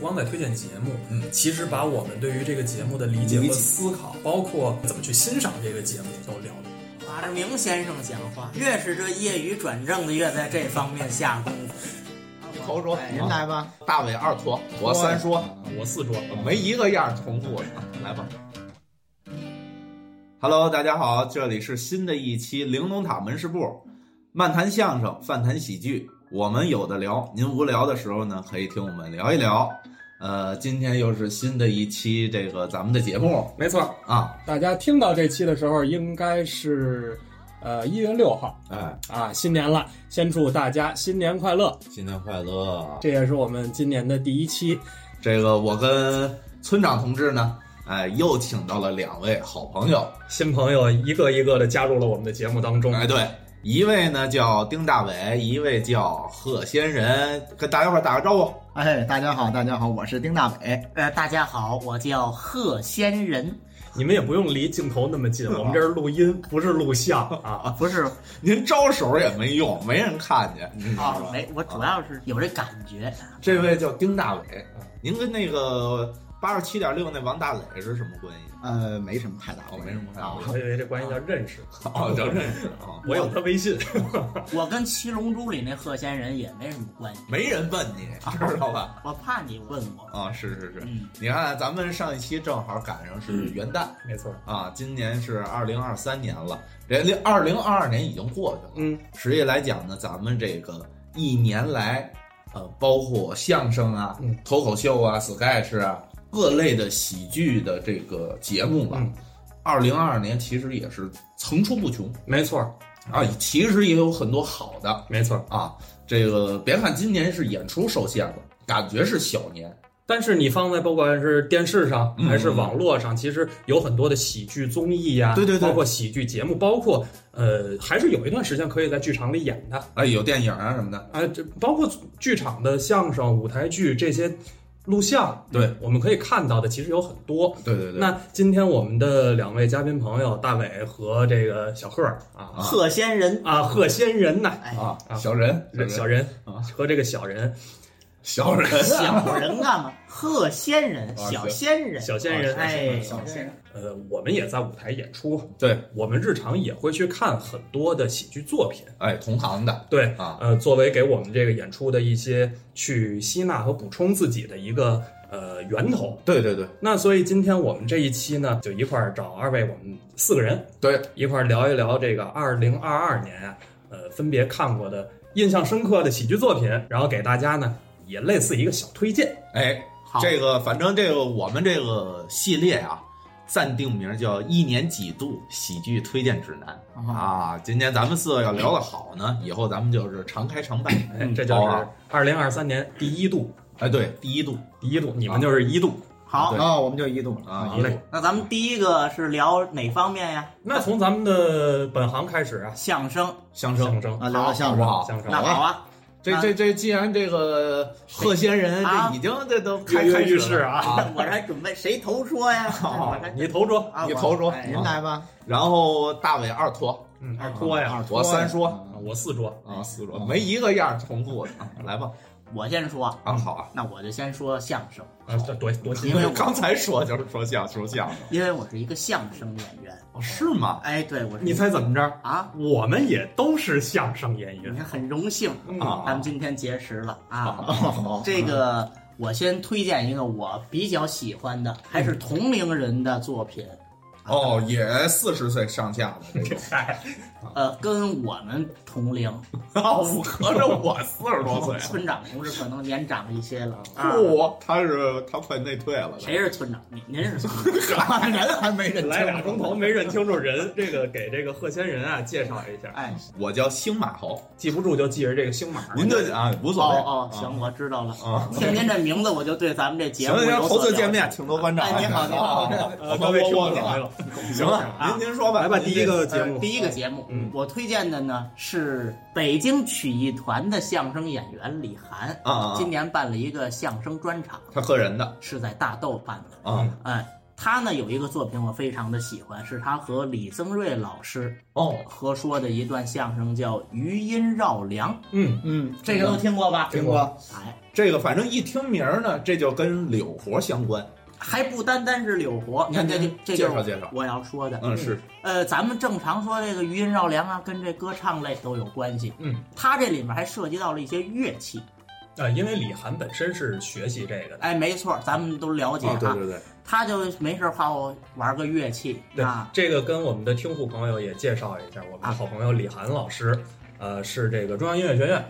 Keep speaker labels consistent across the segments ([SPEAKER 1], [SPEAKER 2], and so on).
[SPEAKER 1] 光在推荐节目，
[SPEAKER 2] 嗯
[SPEAKER 1] 其实把我们对于这个节目的理解
[SPEAKER 2] 理
[SPEAKER 1] 和
[SPEAKER 2] 解
[SPEAKER 1] 思考，包括怎么去欣赏这个节目都聊了。
[SPEAKER 3] 马明先生讲话，越是这业余转正的，越在这方面下功夫。哎
[SPEAKER 4] 你口说，您来吧。
[SPEAKER 2] 大伟二说，我三说，我四说，没一个样儿重复的。 来吧。Hello，大家好，这里是新的一期玲珑塔门市部，漫谈相声，饭谈喜剧，我们有的聊。您无聊的时候呢，可以听我们聊一聊。呃，今天又是新的一期这个咱们的节目
[SPEAKER 5] 没错，
[SPEAKER 2] 啊，
[SPEAKER 5] 大家听到这期的时候应该是，呃，一月六号
[SPEAKER 2] 哎，
[SPEAKER 5] 啊，新年了，先祝大家新年快乐！
[SPEAKER 2] 新年快乐！
[SPEAKER 5] 这也是我
[SPEAKER 1] 嗯
[SPEAKER 5] 们今年的第一期，
[SPEAKER 2] 这个我跟村长同志呢，哎，又请到了两位好朋友，
[SPEAKER 1] 新朋友一个一个的加入了我们的节目当中，
[SPEAKER 2] 哎，对，一位呢叫丁大伟，一位叫贺仙人，跟大家伙儿打个招呼。
[SPEAKER 4] 哎，大家好，大家好，我是丁大伟。
[SPEAKER 3] 呃，大家好，我叫贺仙人，
[SPEAKER 1] 你们也不用离镜头那么近，我们这是录 音，不是录像啊。
[SPEAKER 4] 不是
[SPEAKER 2] 您招手也没用，没人看见。你知道
[SPEAKER 3] 哦
[SPEAKER 2] 吧，
[SPEAKER 3] 没，我主要是有这感觉。
[SPEAKER 2] 这位叫丁大伟，您跟那个八十七点六那王大磊是什么关系？
[SPEAKER 4] 呃，没什么太大
[SPEAKER 2] 哦，
[SPEAKER 4] 关系
[SPEAKER 2] 没什么关
[SPEAKER 4] 啊
[SPEAKER 2] 系。
[SPEAKER 1] 我以为这关系叫认识，
[SPEAKER 2] 哦，叫认识啊，
[SPEAKER 1] 我有他微信。
[SPEAKER 3] 我跟《七龙珠》里那贺仙人也没什么关系，啊
[SPEAKER 2] 没人问你，知道吧？
[SPEAKER 3] 我怕你问我。
[SPEAKER 2] 啊，是是是，
[SPEAKER 3] 嗯，
[SPEAKER 2] 你看啊咱们上一期正好赶上是元旦
[SPEAKER 1] 没错，
[SPEAKER 2] 啊，今年是二零二三年了，人家二零二二年已经过去了。
[SPEAKER 5] 嗯，
[SPEAKER 2] 实际来讲呢，咱们这个一年来，呃，包括相声啊、
[SPEAKER 5] 嗯
[SPEAKER 2] 脱口秀啊、sketch 啊各类的喜剧的这个节目吧
[SPEAKER 5] 嗯，
[SPEAKER 2] 二零二二年其实也是层出不穷
[SPEAKER 5] 没错，
[SPEAKER 2] 啊，其实也有很多好的
[SPEAKER 5] 没错。
[SPEAKER 2] 啊。这个别看今年是演出受限了，感觉是小年，
[SPEAKER 1] 但是你放在不管是电视上
[SPEAKER 2] 嗯
[SPEAKER 1] 还是网络上，其实有很多的喜剧综艺呀、
[SPEAKER 2] 对对对
[SPEAKER 1] 包括喜剧节目，包括呃，还是有一段时间可以在剧场里演的。
[SPEAKER 2] 哎，有电影啊什么的，
[SPEAKER 1] 啊，这包括剧场的相声、舞台剧这些录像，
[SPEAKER 2] 对
[SPEAKER 1] 我们可以看到的其实有很多。
[SPEAKER 2] 对对对。
[SPEAKER 1] 那今天我们的两位嘉宾朋友大伟和这个小贺儿啊
[SPEAKER 2] 啊
[SPEAKER 3] 贺仙人，
[SPEAKER 1] 啊贺仙人呐，
[SPEAKER 3] 哎，
[SPEAKER 2] 啊，
[SPEAKER 1] 啊
[SPEAKER 2] 小人，
[SPEAKER 1] 小人
[SPEAKER 2] 啊
[SPEAKER 1] 和这个小人
[SPEAKER 2] 小人，
[SPEAKER 1] 啊
[SPEAKER 3] 小人干嘛？贺仙人，
[SPEAKER 2] 啊
[SPEAKER 3] 小仙人，
[SPEAKER 1] 小仙人，啊
[SPEAKER 3] 哎，
[SPEAKER 4] 小仙人，
[SPEAKER 1] 呃，我们也在舞台演出，
[SPEAKER 2] 对，
[SPEAKER 1] 我们日常也会去看很多的喜剧作品，
[SPEAKER 2] 哎，同行的
[SPEAKER 1] 对，
[SPEAKER 2] 啊，
[SPEAKER 1] 呃，作为给我们这个演出的一些去吸纳和补充自己的一个呃源头。
[SPEAKER 2] 对对对
[SPEAKER 1] 那所以今天我们这一期呢，就一块儿找二位，我们四个人
[SPEAKER 2] 对，
[SPEAKER 1] 一块儿聊一聊这个二零二二年啊，呃，分别看过的印象深刻的喜剧作品，然后给大家呢也类似一个小推荐。
[SPEAKER 2] 哎，
[SPEAKER 3] 好，
[SPEAKER 2] 这个反正这个我们这个系列啊，暂定名叫“一年几度喜剧推荐指南”啊。今天咱们四个要聊得好呢，以后咱们就是常开常办。
[SPEAKER 3] 嗯
[SPEAKER 1] 哎，这就
[SPEAKER 2] 好
[SPEAKER 1] 是
[SPEAKER 2] 啊
[SPEAKER 1] 二零二三年第一度，
[SPEAKER 2] 哎，对，第一度
[SPEAKER 1] 第一度，你
[SPEAKER 3] 啊
[SPEAKER 1] 们就是一度。
[SPEAKER 3] 好
[SPEAKER 1] 哦
[SPEAKER 2] 对，
[SPEAKER 4] 啊，我们就一度了
[SPEAKER 2] 啊，
[SPEAKER 1] 好嘞
[SPEAKER 2] 一度
[SPEAKER 3] 那咱们第一个是聊哪方面呀？
[SPEAKER 1] 那从咱们的本行开始啊，
[SPEAKER 3] 相声，
[SPEAKER 2] 相声
[SPEAKER 1] 相声，
[SPEAKER 4] 啊，聊聊
[SPEAKER 2] 好
[SPEAKER 4] 相
[SPEAKER 2] 不
[SPEAKER 4] 声。
[SPEAKER 2] 好？
[SPEAKER 1] 相声
[SPEAKER 3] 那，好啊，
[SPEAKER 2] 这这这，既然这个呃贺仙人
[SPEAKER 3] 啊
[SPEAKER 2] 这已经这都开
[SPEAKER 1] 跃跃
[SPEAKER 2] 开
[SPEAKER 1] 欲
[SPEAKER 2] 始
[SPEAKER 1] 试
[SPEAKER 2] 了
[SPEAKER 1] 啊
[SPEAKER 2] 啊，
[SPEAKER 3] 我这还准备谁头说呀？我还
[SPEAKER 1] 你头说，
[SPEAKER 3] 啊
[SPEAKER 2] 你
[SPEAKER 3] 我
[SPEAKER 2] 头说
[SPEAKER 3] 哎
[SPEAKER 4] 您来吧，
[SPEAKER 2] 然后大伟二拖啊
[SPEAKER 1] 嗯，二说呀，
[SPEAKER 4] 二
[SPEAKER 2] 我三说
[SPEAKER 1] 啊我四说，
[SPEAKER 2] 啊，四
[SPEAKER 3] 哦
[SPEAKER 2] 说没一个样儿重复的，啊来吧
[SPEAKER 3] 我先说，
[SPEAKER 2] 啊，好啊。
[SPEAKER 3] 那我就先说相声，
[SPEAKER 1] 啊，这多多新
[SPEAKER 3] 因为我
[SPEAKER 2] 刚才说就是说相说相声，
[SPEAKER 3] 因为我是一个相声演员。
[SPEAKER 2] 哦是吗？
[SPEAKER 3] 哎，对，我是
[SPEAKER 1] 你猜怎么着？
[SPEAKER 3] 啊？
[SPEAKER 1] 我们也都是相声演
[SPEAKER 3] 你
[SPEAKER 1] 员
[SPEAKER 3] 看，很荣幸，
[SPEAKER 1] 嗯
[SPEAKER 2] 啊
[SPEAKER 3] 咱们今天结识了啊。
[SPEAKER 4] 哦
[SPEAKER 3] 这个我先推荐一个我比较喜欢的，还是同龄人的作品。啊
[SPEAKER 2] 哦，也四十岁上下的这种。
[SPEAKER 1] 嗨，
[SPEAKER 3] 呃，跟我们同龄，
[SPEAKER 2] 哦，合着我四十多岁了。
[SPEAKER 3] 村长同志可能年长一些了啊。
[SPEAKER 2] 不，他是他快内退了。
[SPEAKER 3] 谁是村长？您您是村长？
[SPEAKER 4] 人还没认清，
[SPEAKER 1] 来俩钟头没认清楚人， 这个给这个贺仙人啊介绍一下，
[SPEAKER 3] 哎，
[SPEAKER 2] 我叫星马猴，
[SPEAKER 1] 记不住就记着这个星马。
[SPEAKER 2] 您这啊无
[SPEAKER 3] 哦
[SPEAKER 2] 所谓。
[SPEAKER 3] 哦，行，
[SPEAKER 2] 啊
[SPEAKER 3] 我知道了。
[SPEAKER 2] 啊，
[SPEAKER 3] 听您这名字，我就对咱们这节目
[SPEAKER 2] 行行，
[SPEAKER 3] 有所
[SPEAKER 2] 头次
[SPEAKER 3] 了
[SPEAKER 2] 见
[SPEAKER 3] 解。
[SPEAKER 2] 面，请多关照啊。
[SPEAKER 3] 哎你好你好
[SPEAKER 2] 啊
[SPEAKER 1] 呃， 各位听众朋友，
[SPEAKER 2] 行 了，
[SPEAKER 3] 啊
[SPEAKER 2] 您您说吧。
[SPEAKER 1] 来吧，哎
[SPEAKER 2] 您
[SPEAKER 1] 第
[SPEAKER 2] 这
[SPEAKER 1] 一个节目
[SPEAKER 3] 呃，第一个节目，
[SPEAKER 1] 嗯
[SPEAKER 3] 我推荐的呢是北京曲艺团的相声演员李涵，
[SPEAKER 2] 啊啊啊
[SPEAKER 3] 今年办了一个相声专场，
[SPEAKER 2] 他个人的
[SPEAKER 3] 是在大豆办的。
[SPEAKER 2] 啊，
[SPEAKER 3] 哎，他呢有一个作品我非常的喜欢，是他和李增瑞老师
[SPEAKER 6] 哦，
[SPEAKER 3] 合说的一段相声，叫《余音绕梁》，
[SPEAKER 1] 嗯，
[SPEAKER 4] 嗯，
[SPEAKER 3] 这个都听过吧？
[SPEAKER 4] 听过，
[SPEAKER 3] 哎，
[SPEAKER 6] 这个反正一听名儿呢，这就跟柳活相关。
[SPEAKER 3] 还不单单是柳活，你看这就这就
[SPEAKER 6] 介绍
[SPEAKER 3] 是
[SPEAKER 6] 介绍
[SPEAKER 3] 我要说的。
[SPEAKER 6] 嗯，是
[SPEAKER 3] 呃，咱们正常说这个余音绕梁啊，跟这歌唱类都有关系。
[SPEAKER 1] 嗯，
[SPEAKER 3] 它这里面还涉及到了一些乐器。
[SPEAKER 1] 啊，因为李涵本身是学习这个的，哦
[SPEAKER 3] 哎，没错，咱们都了解
[SPEAKER 6] 啊，对
[SPEAKER 3] 哈。
[SPEAKER 6] 对对，
[SPEAKER 3] 他就没事怕我玩个乐器
[SPEAKER 1] 对
[SPEAKER 3] 啊，，
[SPEAKER 1] 这个跟我们的听户朋友也介绍一下，我们
[SPEAKER 3] 啊
[SPEAKER 1] 好朋友李涵老师，呃，是这个中央音乐学院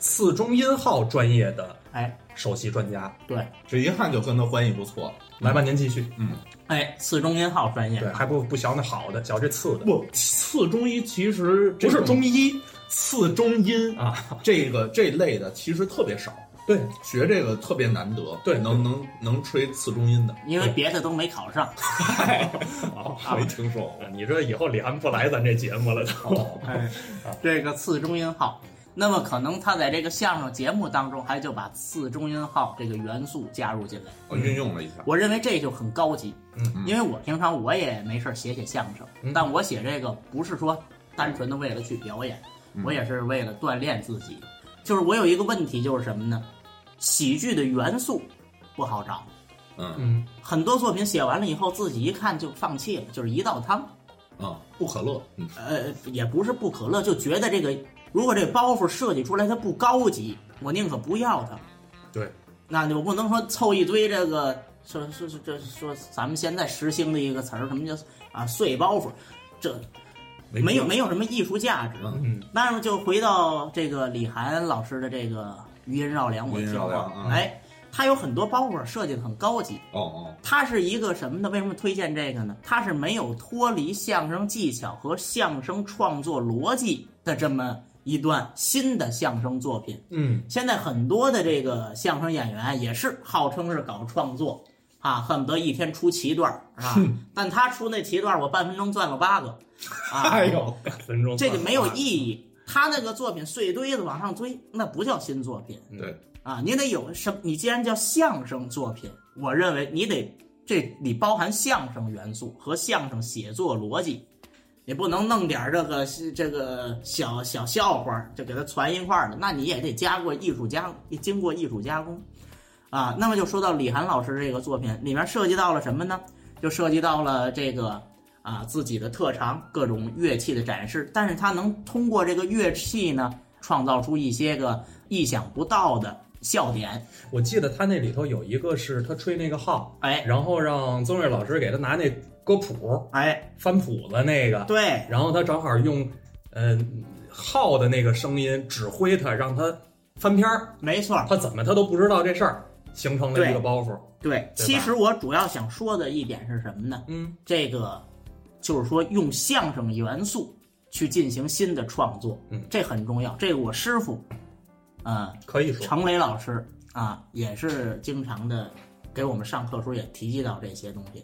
[SPEAKER 1] 四中音号专业的
[SPEAKER 3] 哎，
[SPEAKER 1] 首席专家。
[SPEAKER 3] 对，
[SPEAKER 6] 这一看就跟他关系不错。
[SPEAKER 1] 来吧，您继续。
[SPEAKER 3] 哎，四中音号专业
[SPEAKER 1] 对，还不不学那好的，学这次的，
[SPEAKER 6] 不，四中医其实
[SPEAKER 1] 不是中医
[SPEAKER 6] 四中音
[SPEAKER 1] 啊。
[SPEAKER 6] 这个这类的其实特别少，
[SPEAKER 1] 对，
[SPEAKER 6] 学这个特别难得。
[SPEAKER 1] 对
[SPEAKER 6] 能能能吹次中音的，
[SPEAKER 3] 因为别的都没考 上。
[SPEAKER 1] 好，
[SPEAKER 6] 没听说过。
[SPEAKER 1] 你哎这以后李涵不来咱这节 目了都。
[SPEAKER 3] 哎，这个次中音号，那么可能他在这个相声节目当中还就把次中音号这个元素加入进来，
[SPEAKER 6] 我哦运用了一下，
[SPEAKER 3] 我认为这就很高级。
[SPEAKER 1] 嗯
[SPEAKER 3] 因为我平常我也没事儿写写相声，
[SPEAKER 1] 嗯
[SPEAKER 3] 但我写这个不是说单纯的为了去表演，
[SPEAKER 6] 嗯
[SPEAKER 3] 我也是为了锻炼自己。就是我有一个问题，就是什么呢？喜剧的元素不好找，
[SPEAKER 6] 嗯
[SPEAKER 1] 嗯，
[SPEAKER 3] 很多作品写完了以后，自己一看就放弃了，就是一道汤。
[SPEAKER 6] 啊，不可乐，嗯，
[SPEAKER 3] 呃，也不是不可乐，就觉得这个如果这包袱设计出来它不高级，我宁可不要它。
[SPEAKER 1] 对，
[SPEAKER 3] 那就不能说凑一堆这个说说说这说咱们现在时兴的一个词儿，什么叫啊碎包袱，这没有没有什么艺术价值。
[SPEAKER 6] 嗯
[SPEAKER 1] 嗯，
[SPEAKER 3] 那么就回到这个李涵老师的这个余音绕梁，我
[SPEAKER 6] 余音
[SPEAKER 3] 听
[SPEAKER 6] 绕
[SPEAKER 3] 过
[SPEAKER 6] 梁嗯，
[SPEAKER 3] 哎，他有很多包袱设计的很高级，
[SPEAKER 6] 哦哦，
[SPEAKER 3] 它是一个什么呢？为什么推荐这个呢？它是没有脱离相声技巧和相声创作逻辑的这么一段新的相声作品。
[SPEAKER 1] 嗯，
[SPEAKER 3] 现在很多的这个相声演员也是号称是搞创作啊，恨不得一天出七段儿啊，但他出那七段儿，我半分钟转个八个，啊，
[SPEAKER 6] 哎呦，
[SPEAKER 1] 分钟
[SPEAKER 3] 这个没有意义。他那个作品碎堆子往上堆，那不叫新作品。
[SPEAKER 1] 嗯
[SPEAKER 6] 对，
[SPEAKER 3] 啊，你得有什？你既然叫相声作品，我认为你得这里包含相声元素和相声写作逻辑，你不能弄点儿这个这个小小笑话儿就给它攒一块儿的，那你也得加过艺术加经过艺术加工啊。那么就说到李涵老师这个作品里面涉及到了什么呢？就涉及到了这个啊自己的特长，各种乐器的展示，但是他能通过这个乐器呢，创造出一些个意想不到的笑点。
[SPEAKER 1] 我记得他那里头有一个是他吹那个号，
[SPEAKER 3] 哎
[SPEAKER 1] 然后让曾瑞老师给他拿那歌谱
[SPEAKER 3] 哎，
[SPEAKER 1] 翻谱子那个，
[SPEAKER 3] 对
[SPEAKER 1] 然后他正好用，呃，号的那个声音指挥他，让他翻篇儿，
[SPEAKER 3] 没错儿，
[SPEAKER 1] 他怎么他都不知道这事儿，形成了一个包袱。
[SPEAKER 3] 对。其实我主要想说的一点是什么呢？
[SPEAKER 1] 嗯
[SPEAKER 3] 这个就是说用相声元素去进行新的创作，
[SPEAKER 1] 嗯
[SPEAKER 3] 这很重要。这个我师傅，呃，
[SPEAKER 1] 可以说，
[SPEAKER 3] 程磊老师啊，也是经常的给我们上课时候也提及到这些东西，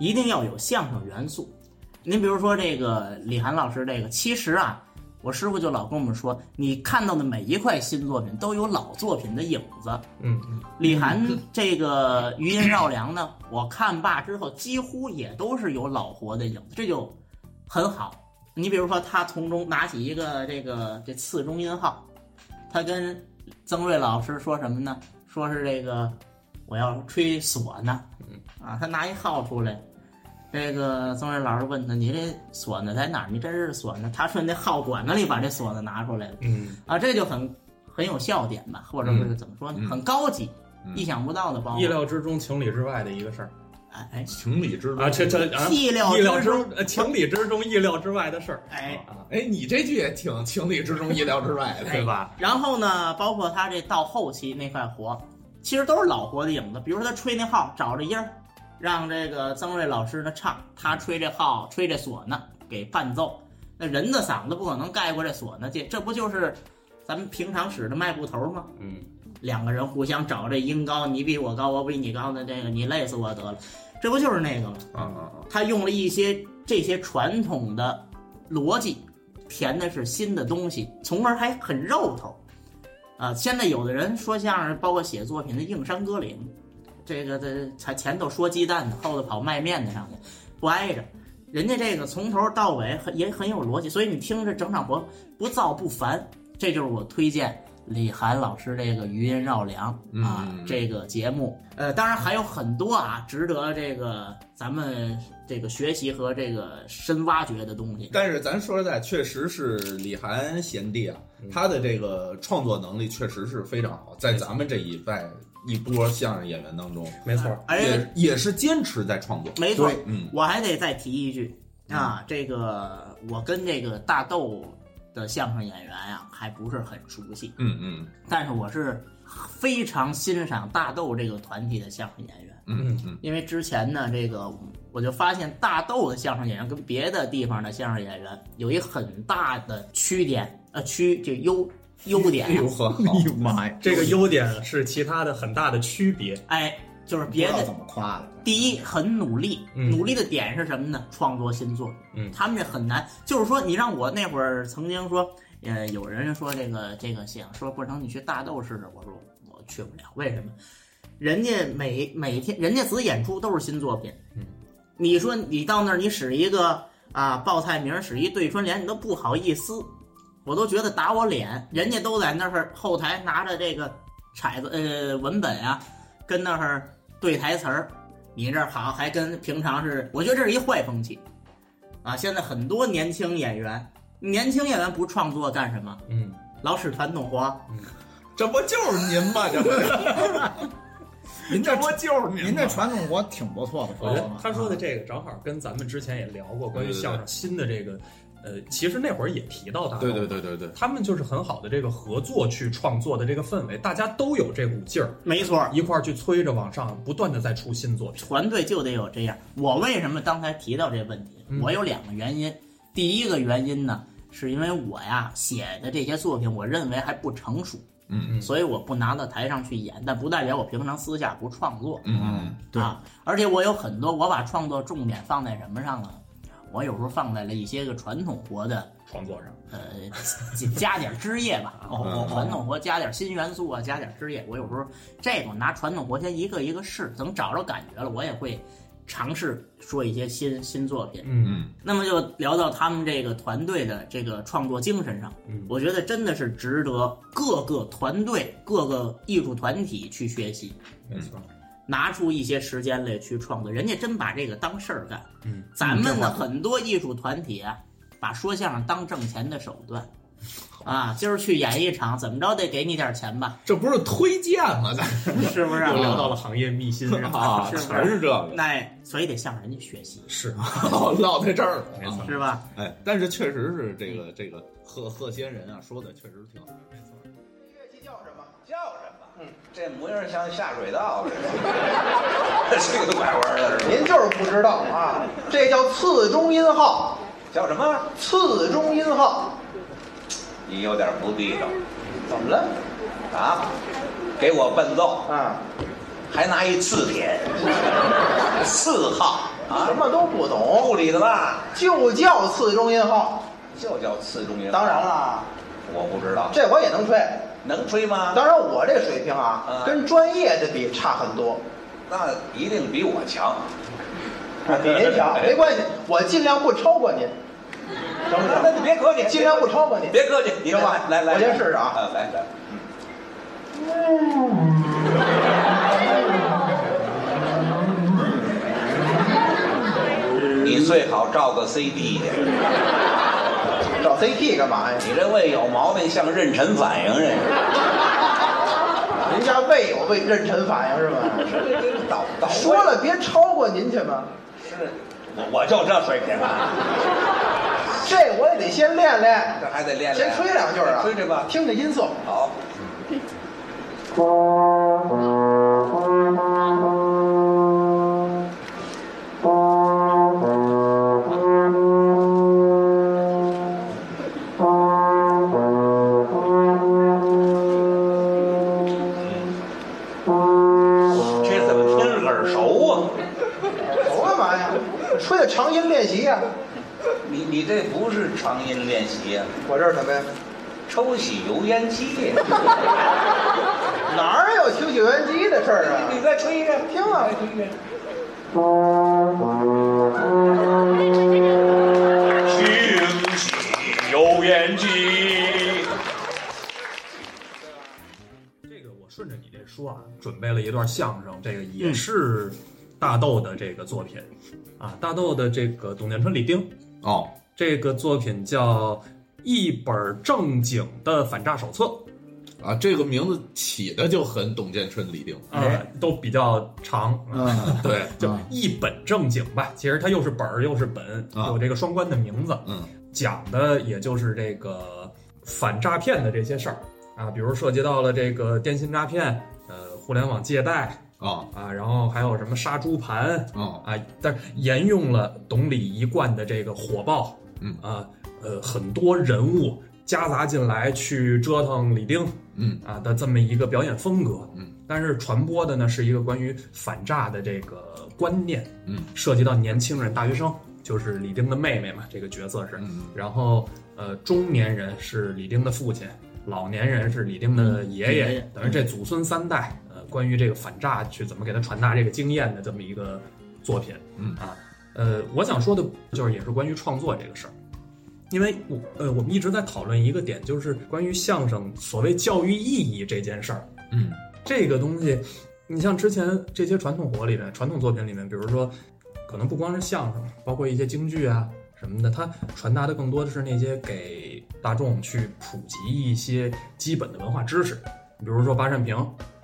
[SPEAKER 3] 一定要有相声元素。您比如说这个李涵老师这个，其实啊，我师傅就老跟我们说，你看到的每一块新作品都有老作品的影子。
[SPEAKER 1] 嗯嗯
[SPEAKER 3] 李涵这个余音绕梁呢，我看罢之后几乎也都是有老活的影子，这就很好。你比如说，他从中拿起一个这个这次中音号，他跟曾瑞老师说什么呢？说是这个我要吹唢呐，啊，他拿一号出来，这个曾瑞老师问他：“你这唢呐在哪儿？你这是唢呐？”他顺那号管子里把这唢呐拿出来了。
[SPEAKER 1] 嗯，
[SPEAKER 3] 啊，这就很很有笑点吧，或者是怎么说呢，
[SPEAKER 6] 嗯
[SPEAKER 3] 很高级、
[SPEAKER 6] 嗯
[SPEAKER 3] 意想不到的包
[SPEAKER 1] 意
[SPEAKER 3] 袱。
[SPEAKER 1] 料之中，情理之外的一个事儿
[SPEAKER 3] 哎哎
[SPEAKER 6] 情理之中
[SPEAKER 1] 啊，这这啊，
[SPEAKER 3] 意料
[SPEAKER 1] 意料
[SPEAKER 3] 之中，
[SPEAKER 1] 呃情理之中，意料之外的事儿，
[SPEAKER 3] 哎，
[SPEAKER 1] 啊，
[SPEAKER 6] 哎，你这句也挺情理之中，意料之外的。
[SPEAKER 1] 对吧？
[SPEAKER 3] 然后呢，包括他这到后期那块活，其实都是老活的影子。比如说他吹那号，找着音儿，让这个曾瑞老师呢唱，他吹这号，吹这唢呐给伴奏。那人的嗓子不可能盖过这唢呐去，这不就是咱们平常使的卖布头吗？
[SPEAKER 1] 嗯，
[SPEAKER 3] 两个人互相找这音高，你比我高，我比你高的这个，你累死我得了，这不就是那个吗？
[SPEAKER 6] 啊啊啊！
[SPEAKER 3] 他用了一些这些传统的逻辑，填的是新的东西，从而还很肉头。啊，现在有的人说相声，包括写作品的硬伤歌岭，这个这才前头说鸡蛋的，后头跑卖面的上去，不挨着。人家这个从头到尾很也很有逻辑，所以你听着整场博不燥不烦，这就是我推荐李涵老师这个《余音绕梁》啊、
[SPEAKER 6] 嗯
[SPEAKER 3] 这个节目。呃，当然还有很多啊，值得这个咱们这个学习和这个深挖掘的东西。
[SPEAKER 6] 但是咱说实在，确实是李涵贤弟啊，
[SPEAKER 1] 嗯
[SPEAKER 6] 他的这个创作能力确实是非常好，在咱们这一代一波相声演员当中，
[SPEAKER 1] 没错，
[SPEAKER 3] 而且
[SPEAKER 6] 也也是坚持在创作。
[SPEAKER 3] 哎没错，
[SPEAKER 4] 对
[SPEAKER 6] 嗯
[SPEAKER 3] 我还得再提一句啊，这个我跟这个大豆的相声演员啊，还不是很熟悉，
[SPEAKER 6] 嗯嗯
[SPEAKER 3] 但是我是非常欣赏大豆这个团体的相声演员，
[SPEAKER 6] 嗯嗯
[SPEAKER 3] 因为之前呢，这个我就发现大豆的相声演员跟别的地方的相声演员有一很大的区点，呃，区就优优点
[SPEAKER 6] 嗯，
[SPEAKER 3] 啊、
[SPEAKER 6] 呦呵，好，
[SPEAKER 4] 哎呦妈呀，
[SPEAKER 1] 这个 优点是其他的很大的区别。
[SPEAKER 3] 哎，就是
[SPEAKER 4] 不知
[SPEAKER 3] 别
[SPEAKER 4] 道
[SPEAKER 3] 的
[SPEAKER 4] 怎么夸了。
[SPEAKER 3] 第一，很努力，
[SPEAKER 1] 嗯
[SPEAKER 3] 努力的点是什么呢？创作新作。
[SPEAKER 1] 嗯
[SPEAKER 3] 他们这很难，就是说，你让我那会儿曾经说，呃，有人说这个这个想说不成，你去大豆试试。我说我去不了，为什么？人家每每天人家只演出都是新作品，
[SPEAKER 1] 嗯，
[SPEAKER 3] 你说你到那儿你使一个啊报菜名，使一对春联，你都不好意思，我都觉得打我脸。人家都在那儿后台拿着这个骰子呃文本啊，跟那儿对台词儿，你这儿好，还跟平常是，我觉得这是一坏风气，啊，现在很多年轻演员，年轻演员不创作干什么？
[SPEAKER 1] 嗯，
[SPEAKER 3] 老使传统话，
[SPEAKER 6] 嗯这不就是您吗？这不是，
[SPEAKER 4] 您这
[SPEAKER 6] 这不就是您吗？
[SPEAKER 4] 您这传统活挺不错的，
[SPEAKER 1] 我
[SPEAKER 4] 说
[SPEAKER 1] 觉
[SPEAKER 4] 实
[SPEAKER 1] 得
[SPEAKER 4] 话。
[SPEAKER 1] 他说的这个正好跟咱们之前也聊过关于
[SPEAKER 6] 对对对
[SPEAKER 1] 相声新的这个，呃，其实那会儿也提到大豆，
[SPEAKER 6] 对对对对对，
[SPEAKER 1] 他们就是很好的这个合作去创作的这个氛围，大家都有这股劲儿，
[SPEAKER 3] 没错，
[SPEAKER 1] 一块儿去催着往上，不断的在出新作品。
[SPEAKER 3] 团队就得有这样。 我为什么刚才提到这问题？
[SPEAKER 1] 嗯
[SPEAKER 3] 我有两个原因。第一个原因呢，是因为我呀写的这些作品，我认为还不成熟，
[SPEAKER 6] 嗯
[SPEAKER 3] 所以我不拿到台上去演，但不代表我平常私下不创作。
[SPEAKER 6] 嗯嗯，
[SPEAKER 4] 对
[SPEAKER 3] 啊，而且我有很多，我把创作重点放在什么上了？啊我有时候放在了一些个传统活的
[SPEAKER 1] 创作上，
[SPEAKER 3] 呃，加加点枝叶吧，
[SPEAKER 6] 嗯
[SPEAKER 3] 传统活加点新元素啊，加点枝叶。我有时候这个我拿传统活先一个一个试，等找着感觉了，我也会尝试说一些新新作品。
[SPEAKER 1] 嗯
[SPEAKER 6] 嗯，
[SPEAKER 3] 那么就聊到他们这个团队的这个创作精神上，
[SPEAKER 1] 嗯
[SPEAKER 3] 我觉得真的是值得各个团队、各个艺术团体去学习。
[SPEAKER 1] 没错，
[SPEAKER 3] 拿出一些时间来去创作，人家真把这个当事儿干。
[SPEAKER 1] 嗯，
[SPEAKER 3] 咱们
[SPEAKER 4] 嗯这话
[SPEAKER 3] 的很多艺术团体啊，把说相声当挣钱的手段，啊，今儿去演一场，怎么着得给你点钱吧
[SPEAKER 6] 这不是推荐吗？ 咱
[SPEAKER 3] 是不是？啊
[SPEAKER 1] 又聊到了行业秘辛上，
[SPEAKER 6] 啊，
[SPEAKER 3] 是不是
[SPEAKER 6] 全是这个，
[SPEAKER 3] 那所以得向人家学习，
[SPEAKER 1] 是
[SPEAKER 6] 落在这儿了，
[SPEAKER 1] 没错。
[SPEAKER 3] 是吧？
[SPEAKER 6] 哎，但是确实是这个这个贺贺仙人啊，说的确实挺好。
[SPEAKER 7] 乐器叫什么？叫什么？嗯，这模样像下水 道似的，这个拐弯的是您就是不知道啊，这叫次中音号，叫什么？次中音号。你有点不地道，怎么了？啊，给我伴奏啊，还拿一字典，四号啊，什么都不懂，不理的吧？就叫次中音号，就叫次中音号。当然啦，我不知道，这我也能吹，能吹吗？当然，我这水平啊，跟专业的比差很多。那一定比我强， 比您强没关系，我尽量不超过您，行不行？那你别客气，尽量不超过您，别客气，行吧？来来，我先试试啊，来来。你最好照个 CD 去。找 CT 干嘛呀？你这胃有毛病，像妊娠反应这个。人家胃有胃妊娠反应是吧？倒倒说了别超过您去嘛。是，我我就这水平啊。这我也得先练练，这还得练练，先吹两句啊，吹吹吧，听着音色。好。这怎么听着耳熟啊？熟干嘛呀？吹的长音练习呀、你你这不是长音练习呀、我这是什么呀？抽洗油烟 机。哪儿有抽洗油烟机的事儿啊？你再吹一个，听听听。
[SPEAKER 8] 兴起有演技。
[SPEAKER 1] 这个我顺着你这说啊，准备了一段相声，这个也是大豆的这个作品啊，大豆的这个董建春、李丁
[SPEAKER 6] 哦，
[SPEAKER 1] 这个作品叫《一本正经的反诈手册》
[SPEAKER 6] 啊，这个名字起的就很董建春、李丁。
[SPEAKER 1] 啊，都比较长，
[SPEAKER 4] 嗯，
[SPEAKER 6] 对，
[SPEAKER 1] 就一本正经吧。其实它又是本儿又是本，
[SPEAKER 6] 啊
[SPEAKER 1] 有这个双关的名字。
[SPEAKER 6] 嗯，
[SPEAKER 1] 讲的也就是这个反诈骗的这些事儿啊，比如涉及到了这个电信诈骗、呃互联网借贷
[SPEAKER 6] 哦，
[SPEAKER 1] 啊，然后还有什么杀猪盘
[SPEAKER 6] 哦，
[SPEAKER 1] 啊，但是沿用了董李一贯的这个火爆，
[SPEAKER 6] 嗯
[SPEAKER 1] 啊，呃很多人物夹杂进来去折腾李丁
[SPEAKER 6] 嗯，
[SPEAKER 1] 啊的这么一个表演风格，
[SPEAKER 6] 嗯，
[SPEAKER 1] 但是传播的呢是一个关于反诈的这个观念，
[SPEAKER 6] 嗯，
[SPEAKER 1] 涉及到年轻人、大学生，就是李丁的妹妹嘛，这个角色是，
[SPEAKER 6] 嗯，
[SPEAKER 1] 然后呃，中年人是李丁的父亲，老年人是李丁的
[SPEAKER 6] 嗯
[SPEAKER 1] 爷爷，
[SPEAKER 3] 爷爷
[SPEAKER 1] 等于这祖孙三代，呃，关于这个反诈去怎么给他传达这个经验的这么一个作品，
[SPEAKER 6] 嗯
[SPEAKER 1] 啊，呃，我想说的就是也是关于创作这个事儿。因为我呃，我们一直在讨论一个点，就是关于相声所谓教育意义这件事儿。
[SPEAKER 6] 嗯，
[SPEAKER 1] 这个东西，你像之前这些传统活里面、传统作品里面，比如说，可能不光是相声，包括一些京剧啊什么的，它传达的更多的是那些给大众去普及一些基本的文化知识。比如说八扇屏，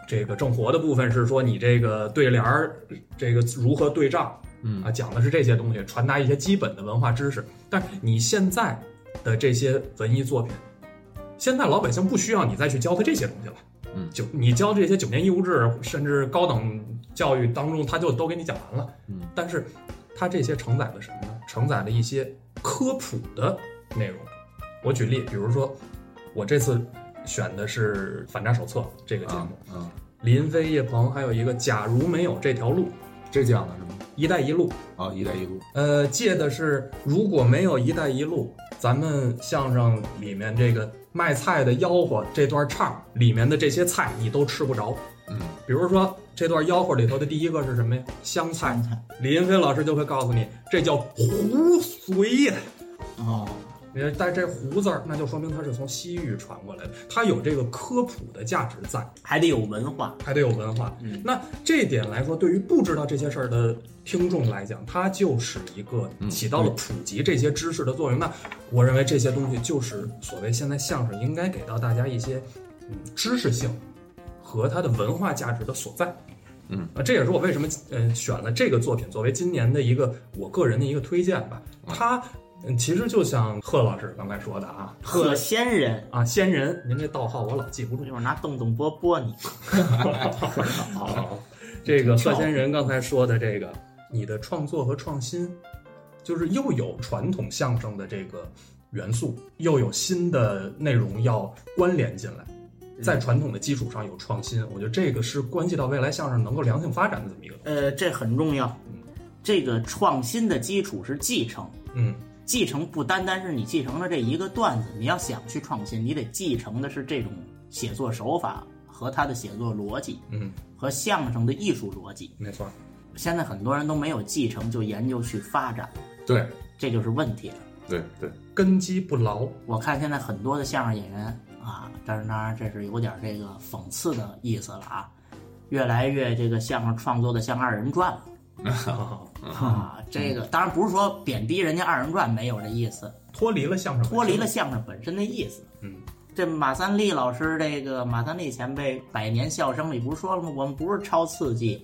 [SPEAKER 1] 这个正活的部分是说你这个对联儿，这个如何对仗，
[SPEAKER 6] 嗯
[SPEAKER 1] 啊，讲的是这些东西，传达一些基本的文化知识。但是你现在的这些文艺作品，现在老百姓不需要你再去教他这些东西了。
[SPEAKER 6] 嗯
[SPEAKER 1] 九你教这些九年义务制，甚至高等教育当中，他就都给你讲完了。
[SPEAKER 6] 嗯，
[SPEAKER 1] 但是它这些承载了什么呢？承载了一些科普的内容。我举例，比如说我这次选的是《反诈手册》这个节目，
[SPEAKER 6] 啊，嗯，
[SPEAKER 1] 林飞、叶鹏还有一个《假如没有这条路》，
[SPEAKER 6] 这讲的是吗？
[SPEAKER 1] “一带一路”。
[SPEAKER 6] 啊，一带一路。
[SPEAKER 1] 呃，借的是如果没有“一带一路”，咱们相声里面这个卖菜的吆喝这段唱里面的这些菜你都吃不着。
[SPEAKER 6] 嗯，
[SPEAKER 1] 比如说这段吆喝里头的第一个是什么呀？香菜。李云飞老师就会告诉你，这叫胡随呀。
[SPEAKER 4] 哦，
[SPEAKER 1] 你看呃带这“胡”字儿，那就说明它是从西域传过来的，它有这个科普的价值在。
[SPEAKER 3] 还得有文化。
[SPEAKER 1] 还得有文化。
[SPEAKER 3] 嗯
[SPEAKER 1] 那这点来说，对于不知道这些事儿的听众来讲，它就是一个起到了普及这些知识的作用。那我认为这些东西就是所谓现在相声应该给到大家一些嗯知识性和它的文化价值的所在。
[SPEAKER 6] 嗯，
[SPEAKER 1] 啊，这也是我为什么嗯、呃选了这个作品作为今年的一个我个人的一个推荐吧。它嗯其实就像贺老师刚才说的啊，
[SPEAKER 3] 贺
[SPEAKER 1] 贺
[SPEAKER 3] 仙人，
[SPEAKER 1] 啊仙人，您这道号我老记不住
[SPEAKER 3] 我。一会儿拿邓邓波拨你。
[SPEAKER 1] 好，这个贺先人刚才说的这个，你的创作和创新，就是又有传统相声的这个元素，又有新的内容要关联进来，在
[SPEAKER 4] 嗯
[SPEAKER 1] 传统的基础上有创新，我觉得这个是关系到未来相声能够良性发展的这么一个东西。
[SPEAKER 3] 呃，这很重要。这个创新的基础是继承，
[SPEAKER 1] 嗯
[SPEAKER 3] 继承不单单是你继承了这一个段子，你要想去创新，你得继承的是这种写作手法和他的写作逻辑
[SPEAKER 1] 嗯，
[SPEAKER 3] 和相声的艺术逻辑。
[SPEAKER 1] 没错。
[SPEAKER 3] 现在很多人都没有继承，就研究去发展，
[SPEAKER 6] 对，
[SPEAKER 3] 这就是问题了。
[SPEAKER 6] 对，对，
[SPEAKER 1] 根基不牢，
[SPEAKER 3] 我看现在很多的相声演员啊，当然当然这是有点这个讽刺的意思了啊，越来越这个相声创作的像二人转了。 啊，这个当然不是说贬低人家二人转没有这意思，
[SPEAKER 1] 脱离了相声，
[SPEAKER 3] 脱离了相声本身的意思。
[SPEAKER 1] 嗯，
[SPEAKER 3] 这马三立老师，这个马三立前辈《百年笑声》里不是说了吗？我们不是超刺激，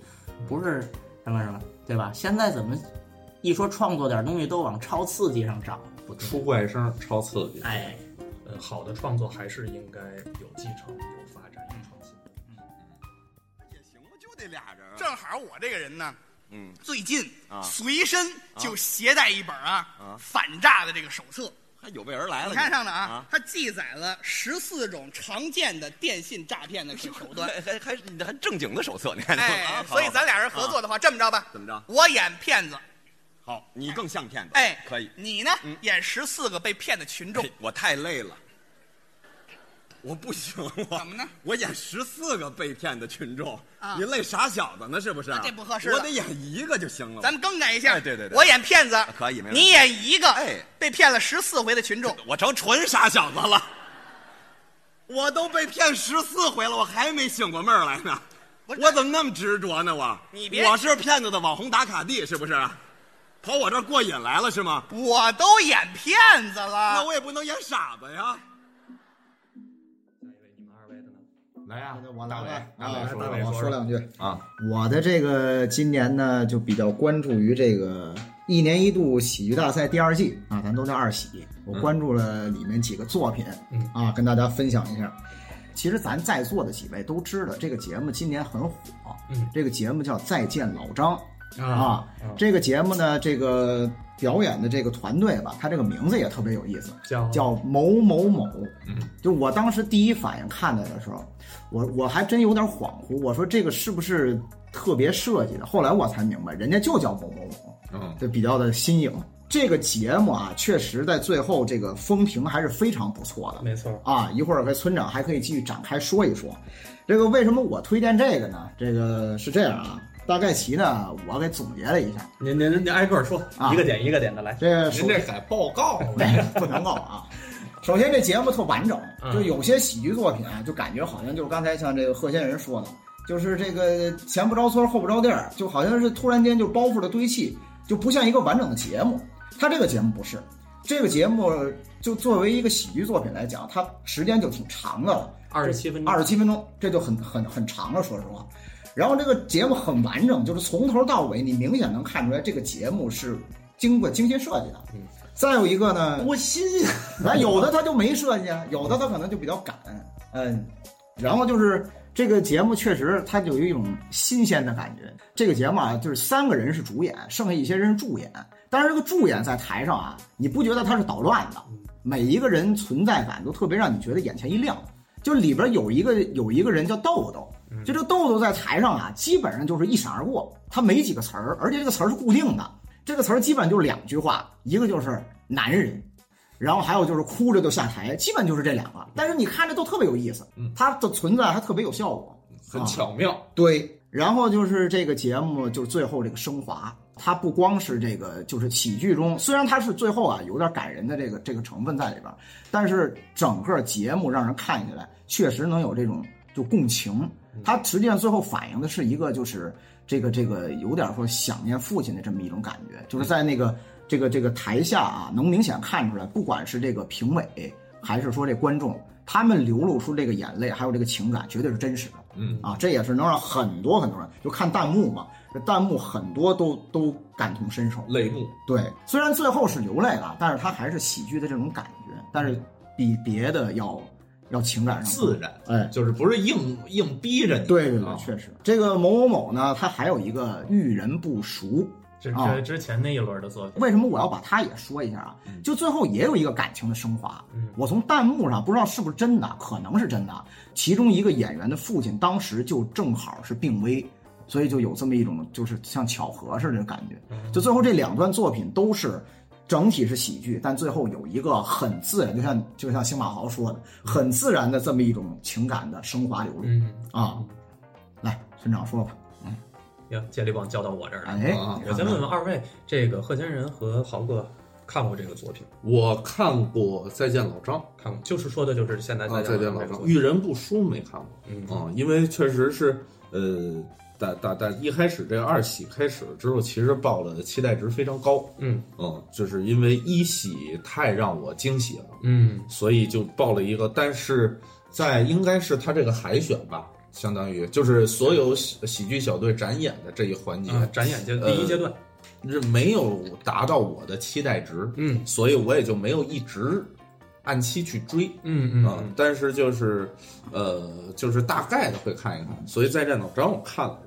[SPEAKER 3] 不是什么什么，对吧？现在怎么一说创作点东西都往超刺激上涨？不对，
[SPEAKER 6] 出怪声超刺激。
[SPEAKER 3] 哎，
[SPEAKER 1] 呃，好的创作还是应该有继承、有发展、有创新。
[SPEAKER 9] 也行吧，就得俩人。
[SPEAKER 10] 正好我这个人呢，
[SPEAKER 9] 嗯，
[SPEAKER 10] 最近
[SPEAKER 9] 啊
[SPEAKER 10] 随身就携带一本啊
[SPEAKER 9] 啊
[SPEAKER 10] 反诈的这个手册。
[SPEAKER 9] 还有备而来了。
[SPEAKER 10] 你看上
[SPEAKER 9] 的
[SPEAKER 10] 的啊，，它记载了十四种常见的电信诈骗的手 段。
[SPEAKER 9] 还还还你还正经的手册，你看。
[SPEAKER 10] 哎
[SPEAKER 9] 啊，好啊
[SPEAKER 10] 所以咱俩人合作的话，这么着吧，
[SPEAKER 9] 怎么着
[SPEAKER 10] 我演骗子，
[SPEAKER 9] 好，你更像骗子。
[SPEAKER 10] 哎，
[SPEAKER 9] 可以。
[SPEAKER 5] 嗯哎
[SPEAKER 10] 你呢，演十四个被骗的群众
[SPEAKER 9] 嘿，我太累了，
[SPEAKER 5] 我不行，
[SPEAKER 11] 怎
[SPEAKER 5] 我
[SPEAKER 11] 么呢？
[SPEAKER 5] 我演十四个被骗的群众
[SPEAKER 11] 啊，
[SPEAKER 5] 你累傻小子呢是不是
[SPEAKER 11] 那？这不合适了
[SPEAKER 5] 我得演一个就行了。
[SPEAKER 11] 咱们更改一下。
[SPEAKER 5] 哎对对对
[SPEAKER 11] 我演骗子，
[SPEAKER 5] 可以没问题
[SPEAKER 11] 你演一个，
[SPEAKER 5] 哎
[SPEAKER 11] 被骗了十四回的群众，
[SPEAKER 5] 我成纯傻小子了，我都被骗十四回了，我还没醒过闷儿来呢。
[SPEAKER 11] 不是
[SPEAKER 5] 我怎么那么执着呢？我
[SPEAKER 11] 你别
[SPEAKER 5] 我是骗子的网红打卡地是不是？跑我这儿过瘾来了是吗？
[SPEAKER 11] 我都演骗子了。
[SPEAKER 5] 那我也不能演傻子呀。
[SPEAKER 1] 一位，你们二位的呢？
[SPEAKER 2] 来呀
[SPEAKER 4] 那，我来
[SPEAKER 2] 大伟
[SPEAKER 4] 吧，
[SPEAKER 2] 大伟
[SPEAKER 1] 来
[SPEAKER 2] 说
[SPEAKER 1] 大
[SPEAKER 2] 说
[SPEAKER 1] 伟
[SPEAKER 4] 我说两句。
[SPEAKER 2] 啊，
[SPEAKER 4] 我的这个今年呢，就比较关注于这个一年一度喜剧大赛第二季啊，咱都叫二喜。我关注了里面几个作品，
[SPEAKER 1] 嗯
[SPEAKER 4] 啊，跟大家分享一下。其实咱在座的几位都知道，这个节目今年很火，
[SPEAKER 1] 嗯
[SPEAKER 4] 这个节目叫《再见老张》
[SPEAKER 1] 啊，嗯
[SPEAKER 4] 这个节目呢，这个表演的这个团队吧，它这个名字也特别有意思，
[SPEAKER 1] 叫
[SPEAKER 4] 叫某某某。
[SPEAKER 2] 嗯，
[SPEAKER 4] 就我当时第一反应看到的时候，我我还真有点恍惚，我说这个是不是特别设计的？后来我才明白，人家就叫某某某，
[SPEAKER 2] 嗯
[SPEAKER 4] 就比较的新颖。这个节目啊，确实在最后这个风评还是非常不错的。
[SPEAKER 1] 没错，
[SPEAKER 4] 啊，一会儿跟村长还可以继续展开说一说。这个为什么我推荐这个呢？这个是这样啊，大概其呢，我给总结了一下。
[SPEAKER 1] 您您您挨个儿说，
[SPEAKER 4] 啊
[SPEAKER 1] 一个点一个点的来。
[SPEAKER 4] 这个首
[SPEAKER 2] 您这改报 告了，
[SPEAKER 4] 不能够啊。首先，这节目特完整，
[SPEAKER 1] 嗯
[SPEAKER 4] 就有些喜剧作品啊，就感觉好像就是刚才像这个贺仙人说的，就是这个前不着村后不着店儿，就好像是突然间就包袱的堆砌，就不像一个完整的节目。他这个节目不是，这个节目就作为一个喜剧作品来讲，它时间就挺长的了。
[SPEAKER 1] 二十七分钟，
[SPEAKER 4] 二十七分钟，这就很很很长了，说实话。然后这个节目很完整，就是从头到尾，你明显能看出来这个节目是经过精心设计的。
[SPEAKER 1] 嗯。
[SPEAKER 4] 再有一个呢，
[SPEAKER 12] 多新啊呀！
[SPEAKER 4] 那有的他就没设计啊，有的他可能就比较赶，嗯，然后就是这个节目确实它就有一种新鲜的感觉。这个节目啊，就是三个人是主演，剩下一些人是助演。但是这个助演在台上啊，你不觉得他是捣乱的？每一个人存在感都特别让你觉得眼前一亮。就里边有一个有一个人叫豆豆，
[SPEAKER 2] 嗯
[SPEAKER 4] 就这豆豆在台上啊，基本上就是一闪而过，他没几个词儿，而且这个词儿是固定的。这个词儿基本就两句话，一个就是男人，然后还有就是哭着就下台，基本就是这两个。但是你看着都特别有意思
[SPEAKER 2] 嗯，
[SPEAKER 4] 它的存在还特别有效果，
[SPEAKER 2] 很
[SPEAKER 4] 啊
[SPEAKER 2] 巧妙，
[SPEAKER 4] 对，然后就是这个节目，就是最后这个升华，它不光是这个，就是喜剧中，虽然它是最后啊有点感人的这个这个成分在里边儿，但是整个节目让人看起来确实能有这种就共情。它实际上最后反映的是一个就是这个这个有点说想念父亲的这么一种感觉，就是在那个这个这个台下啊，能明显看出来，不管是这个评委还是说这观众，他们流露出这个眼泪还有这个情感，绝对是真实的。
[SPEAKER 2] 嗯
[SPEAKER 4] 啊，这也是能让很多很多人就看弹幕嘛，这弹幕很多都都感同身受。
[SPEAKER 2] 泪目，
[SPEAKER 4] 对，虽然最后是流泪了，但是它还是喜剧的这种感觉，但是比别的要要情感上
[SPEAKER 2] 自。然，
[SPEAKER 4] 哎，
[SPEAKER 2] 就是不是硬硬逼着你，
[SPEAKER 4] 对对对，
[SPEAKER 2] 啊
[SPEAKER 4] 确实，这个某某某呢，他还有一个遇人不熟，
[SPEAKER 1] 这
[SPEAKER 4] 啊
[SPEAKER 1] 这之前那一轮的作品，
[SPEAKER 4] 哦为什么我要把它也说一下啊？就最后也有一个感情的升华。
[SPEAKER 1] 嗯
[SPEAKER 4] 我从弹幕上不知道是不是真的，可能是真的。其中一个演员的父亲当时就正好是病危，所以就有这么一种就是像巧合似的感觉。就最后这两段作品都是。整体是喜剧，但最后有一个很自然，就像就像星马豪说的，很自然的这么一种情感的升华流露、
[SPEAKER 1] 嗯，
[SPEAKER 4] 啊。来，村长说吧。
[SPEAKER 1] 行，接力棒交到我这儿来。
[SPEAKER 4] 哎，
[SPEAKER 2] 啊
[SPEAKER 1] 我先问问二位，这个贺仙人和豪哥看过这个作品？
[SPEAKER 2] 我看过《再见老张》
[SPEAKER 1] 看过，就是说的就是现在
[SPEAKER 2] 啊，《再见老张》，
[SPEAKER 1] 玉
[SPEAKER 2] 遇人不淑没看过。
[SPEAKER 1] 嗯
[SPEAKER 2] 啊、因为确实是，呃，打打打一开始这个二喜开始之后，其实报了期待值非常高，
[SPEAKER 1] 嗯
[SPEAKER 2] 嗯，就是因为一喜太让我惊喜了，
[SPEAKER 1] 嗯
[SPEAKER 2] 所以就报了一个，但是在应该是他这个海选吧，相当于就是所有喜喜剧小队展演的这一环节，
[SPEAKER 1] 啊，展演阶第一阶段，
[SPEAKER 2] 是没有达到我的期待值，
[SPEAKER 1] 嗯
[SPEAKER 2] 所以我也就没有一直按期去追，
[SPEAKER 1] 嗯
[SPEAKER 2] 啊，但是就是，呃，就是大概的会看一看，所以在战斗章我看了，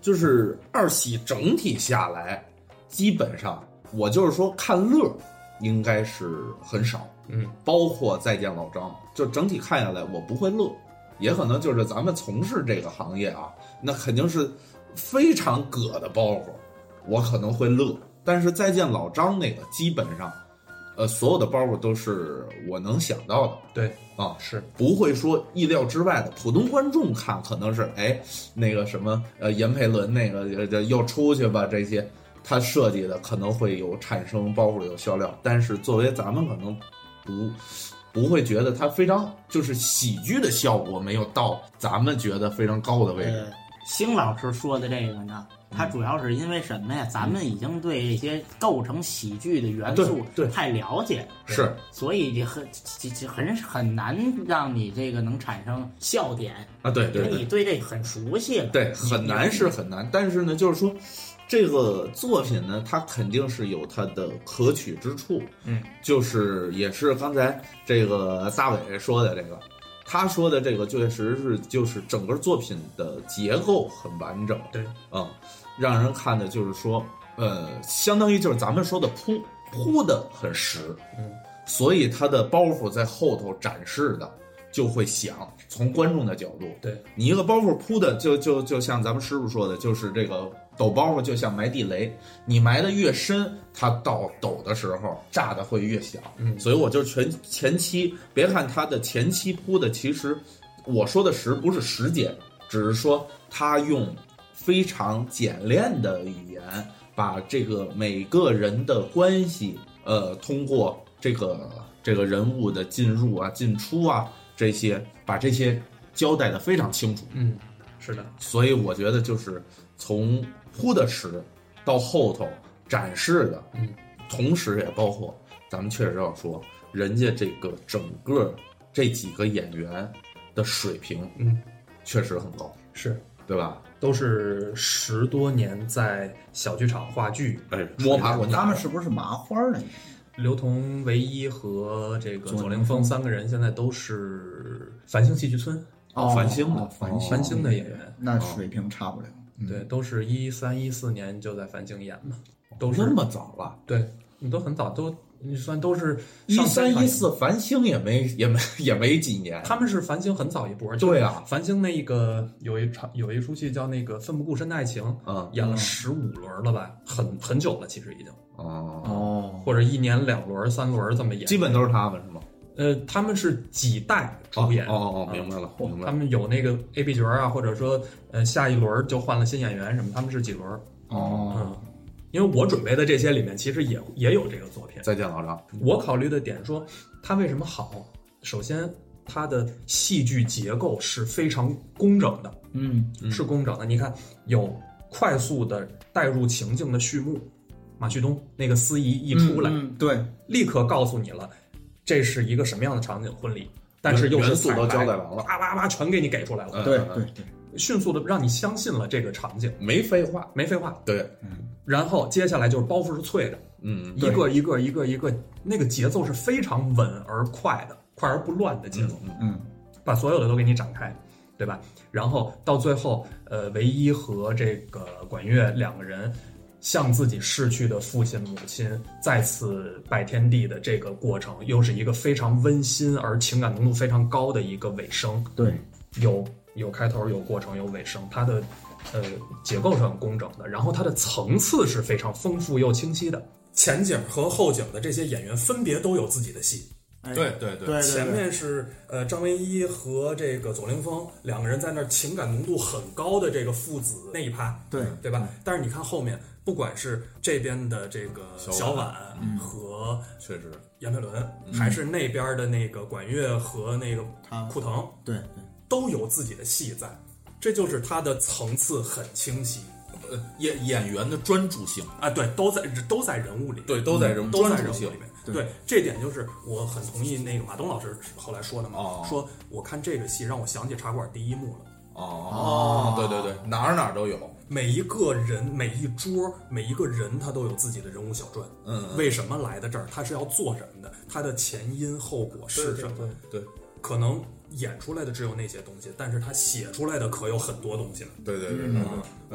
[SPEAKER 2] 就是二喜整体下来，基本上我就是说看乐儿应该是很少，
[SPEAKER 1] 嗯
[SPEAKER 2] 包括再见老张，就整体看下来我不会乐，也可能就是咱们从事这个行业啊，那肯定是非常葛的包袱，我可能会乐，但是再见老张那个基本上呃，所有的包袱都是我能想到的，
[SPEAKER 1] 对
[SPEAKER 2] 啊，
[SPEAKER 1] 是
[SPEAKER 2] 不会说意料之外的。普通观众看可能是哎，那个什么呃，闫佩伦那个呃就要出去吧，这些他设计的可能会有产生包袱有笑料，但是作为咱们可能不不会觉得它非常就是喜剧的效果没有到咱们觉得非常高的位置。
[SPEAKER 3] 呃，星老师说的这个呢，
[SPEAKER 2] 嗯
[SPEAKER 3] 它主要是因为什么呀？咱们已经对这些构成喜剧的元素
[SPEAKER 1] 对对
[SPEAKER 3] 太了解，
[SPEAKER 2] 啊是
[SPEAKER 3] 所以这很这这很很难让你这个能产生笑点，
[SPEAKER 2] 啊，对
[SPEAKER 3] 因
[SPEAKER 2] 对
[SPEAKER 3] 为
[SPEAKER 2] 对
[SPEAKER 3] 你对这很熟悉了。
[SPEAKER 2] 对，很难是很难，但是呢，就是说，这个作品呢，它肯定是有它的可取之处。
[SPEAKER 1] 嗯，
[SPEAKER 2] 就是也是刚才这个大伟说的这个，他说的这个确实是就是整个作品的结构很完整。
[SPEAKER 1] 对，
[SPEAKER 2] 嗯，让人看的就是说，呃，相当于就是咱们说的铺铺的很实。
[SPEAKER 1] 嗯，
[SPEAKER 2] 所以它的包袱在后头展示的。就会想从观众的角度，
[SPEAKER 1] 对
[SPEAKER 2] 你一个包袱铺的就就就像咱们师傅说的，就是这个抖包袱就像埋地雷，你埋的越深，它到抖的时候炸的会越响。
[SPEAKER 1] 嗯
[SPEAKER 2] 所以我就全前期，别看它的前期铺的，其实我说的实不是实节，只是说他用非常简练的语言，把这个每个人的关系，呃，通过这个这个人物的进入啊、进出啊这些，把这些交代的非常清楚。
[SPEAKER 1] 嗯，是的，
[SPEAKER 2] 所以我觉得就是从铺的实到后头展示的，
[SPEAKER 1] 嗯，
[SPEAKER 2] 同时也包括咱们确实要说，人家这个整个这几个演员的水平，
[SPEAKER 1] 嗯，
[SPEAKER 2] 确实很高，
[SPEAKER 1] 是
[SPEAKER 2] 对吧？
[SPEAKER 1] 都是十多年在小剧场话剧，
[SPEAKER 2] 哎，摸爬滚打，
[SPEAKER 4] 他们是不是麻花呢？
[SPEAKER 1] 刘同、唯一和这个左凌峰三个人现在都是繁星戏剧村
[SPEAKER 2] 哦繁星的
[SPEAKER 4] 哦繁星，
[SPEAKER 1] 繁星的演员，
[SPEAKER 4] 那水平差不了。嗯
[SPEAKER 1] 对，，都是一三一四年就在繁星演嘛，都是
[SPEAKER 2] 哦那么早了。
[SPEAKER 1] 对，你都很早，都你算都是
[SPEAKER 2] 一
[SPEAKER 1] 上
[SPEAKER 2] 三
[SPEAKER 1] 传
[SPEAKER 2] 一四，繁星也没也没也没几年，
[SPEAKER 1] 他们是繁星很早一波，
[SPEAKER 2] 对啊，
[SPEAKER 1] 繁星那个有一场有一出戏叫那个《奋不顾身的爱情》，
[SPEAKER 2] 嗯
[SPEAKER 1] 演了十五轮了吧，很很久了，其实已经，
[SPEAKER 2] 哦，
[SPEAKER 4] 哦，
[SPEAKER 1] 或者一年两轮、三轮这么演。
[SPEAKER 2] 基本都是他们是吗？
[SPEAKER 1] 呃，他们是几代主演，
[SPEAKER 2] 哦哦哦，
[SPEAKER 1] 啊
[SPEAKER 2] 明白了，明白
[SPEAKER 1] 他
[SPEAKER 2] 了。
[SPEAKER 1] 们有那个 A B 角啊，或者说呃下一轮就换了新演员什么，他们是几轮？
[SPEAKER 4] 哦，
[SPEAKER 1] 嗯，因为我准备的这些里面其实也也有这个作品。
[SPEAKER 2] 再见，老张。
[SPEAKER 1] 我考虑的点说，它为什么好？首先，它的戏剧结构是非常工整的，
[SPEAKER 4] 嗯，
[SPEAKER 2] 嗯
[SPEAKER 1] 是工整的。你看，有快速的带入情境的序幕，马旭东那个司仪一出来，
[SPEAKER 4] 嗯对，
[SPEAKER 1] 立刻告诉你了，这是一个什么样的场景婚礼，但是又是
[SPEAKER 2] 元素都
[SPEAKER 1] 彩
[SPEAKER 2] 交
[SPEAKER 1] 排
[SPEAKER 2] 代完了，
[SPEAKER 1] 叭叭叭全给你给出来了，
[SPEAKER 2] 嗯
[SPEAKER 4] 对
[SPEAKER 2] 嗯嗯
[SPEAKER 4] 对对，
[SPEAKER 1] 迅速的让你相信了这个场景，
[SPEAKER 2] 没废话。
[SPEAKER 1] 没废话。
[SPEAKER 2] 对，
[SPEAKER 1] 然后接下来就是包袱是脆的，
[SPEAKER 2] 嗯，
[SPEAKER 1] 一个一个一个一个，那个节奏是非常稳而快的，快而不乱的节奏，
[SPEAKER 2] 嗯
[SPEAKER 4] 嗯
[SPEAKER 1] 把所有的都给你展开，对吧？然后到最后，呃，唯一和这个管乐两个人向自己逝去的父亲母亲再次拜天地的这个过程，又是一个非常温馨而情感浓度非常高的一个尾声，
[SPEAKER 4] 对，
[SPEAKER 1] 有有开头，有过程，有尾声，它的。呃，结构是很工整的，然后它的层次是非常丰富又清晰的。前景和后景的这些演员分别都有自己的戏，
[SPEAKER 3] 哎
[SPEAKER 2] 对对对
[SPEAKER 3] 对对
[SPEAKER 1] 前面是呃张唯一和这个左凌峰两个人在那儿情感浓度很高的这个父子那一趴，
[SPEAKER 4] 对
[SPEAKER 1] 对吧？但是你看后面，不管是这边的这个
[SPEAKER 2] 婉
[SPEAKER 1] 小婉嗯和
[SPEAKER 2] 确实，
[SPEAKER 1] 闫佩伦，还是那边的那个管乐和那个
[SPEAKER 4] 嗯他
[SPEAKER 1] 库腾，
[SPEAKER 4] 对对，
[SPEAKER 1] 都有自己的戏在，这就是它的层次很清晰
[SPEAKER 2] 呃演演员的专注性，
[SPEAKER 1] 啊，对，都在都在人物里，
[SPEAKER 2] 对，都在人
[SPEAKER 1] 都
[SPEAKER 2] 专
[SPEAKER 1] 在
[SPEAKER 2] 注
[SPEAKER 1] 人物
[SPEAKER 2] 性
[SPEAKER 1] 里面。对，这点就是我很同意那个马东老师后来说的嘛
[SPEAKER 2] 哦，
[SPEAKER 1] 说我看这个戏让我想起茶馆第一幕了。
[SPEAKER 2] 哦，对对对，哪儿哪儿都有，
[SPEAKER 1] 每一个人、每一桌、每一个人，他都有自己的人物小传。
[SPEAKER 2] 嗯
[SPEAKER 1] 为什么来到这儿？他是要做什么的？他的前因后果是什么？
[SPEAKER 2] 对
[SPEAKER 1] 可能演出来的只有那些东西，但是他写出来的可有很多东西了。
[SPEAKER 2] 对对对对。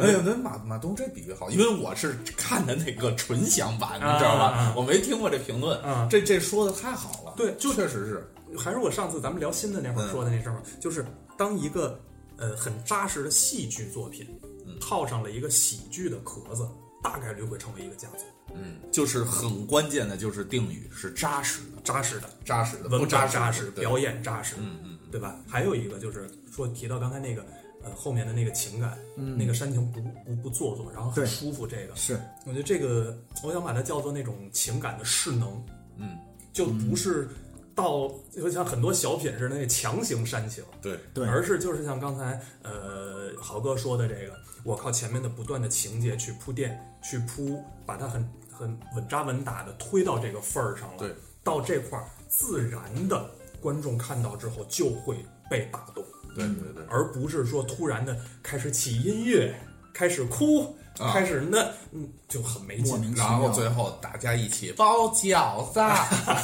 [SPEAKER 2] 哎呀，那马马东这比喻好，因为我是看的那个纯享版，你知道
[SPEAKER 1] 啊啊
[SPEAKER 2] 吧
[SPEAKER 1] 啊？
[SPEAKER 2] 我没听过这评论
[SPEAKER 1] 啊，
[SPEAKER 2] 这这说的太好了，
[SPEAKER 1] 对就
[SPEAKER 2] 确实是，嗯
[SPEAKER 1] 还是我上次咱们聊新的那会儿说的那事儿嘛，就是当一个呃很扎实的戏剧作品
[SPEAKER 2] 嗯
[SPEAKER 1] 套上了一个喜剧的壳子，大概率会成为一个佳作。
[SPEAKER 2] 嗯，就是很关键的，就是定语是扎实的，
[SPEAKER 1] 扎实的，
[SPEAKER 2] 扎实的，
[SPEAKER 1] 文
[SPEAKER 2] 不
[SPEAKER 1] 章
[SPEAKER 2] 扎
[SPEAKER 1] 扎
[SPEAKER 2] 实
[SPEAKER 1] 实，
[SPEAKER 2] 对
[SPEAKER 1] 表演扎实，
[SPEAKER 2] 嗯嗯，
[SPEAKER 1] 对吧？还有一个就是说提到刚才那个呃后面的那个情感，
[SPEAKER 2] 嗯
[SPEAKER 1] 那个煽情不不不做作，然后很
[SPEAKER 4] 对
[SPEAKER 1] 舒服。这个
[SPEAKER 4] 是
[SPEAKER 1] 我觉得这个我想把它叫做那种情感的势能，
[SPEAKER 2] 嗯，
[SPEAKER 1] 就不是到就像很多小品似的那强行煽情，
[SPEAKER 2] 对，
[SPEAKER 4] 对
[SPEAKER 1] 而是就是像刚才呃豪哥说的这个，我靠前面的不断的情节去铺垫，去铺，把它很很稳扎稳打的推到这个份儿上了。
[SPEAKER 2] 对，
[SPEAKER 1] 到这块儿自然的观众看到之后就会被打动，
[SPEAKER 2] 对对对，
[SPEAKER 1] 而不是说突然的开始起音乐，开始哭，
[SPEAKER 2] 啊
[SPEAKER 1] 开始那嗯就很没劲。
[SPEAKER 2] 然后最后大家一起包饺子，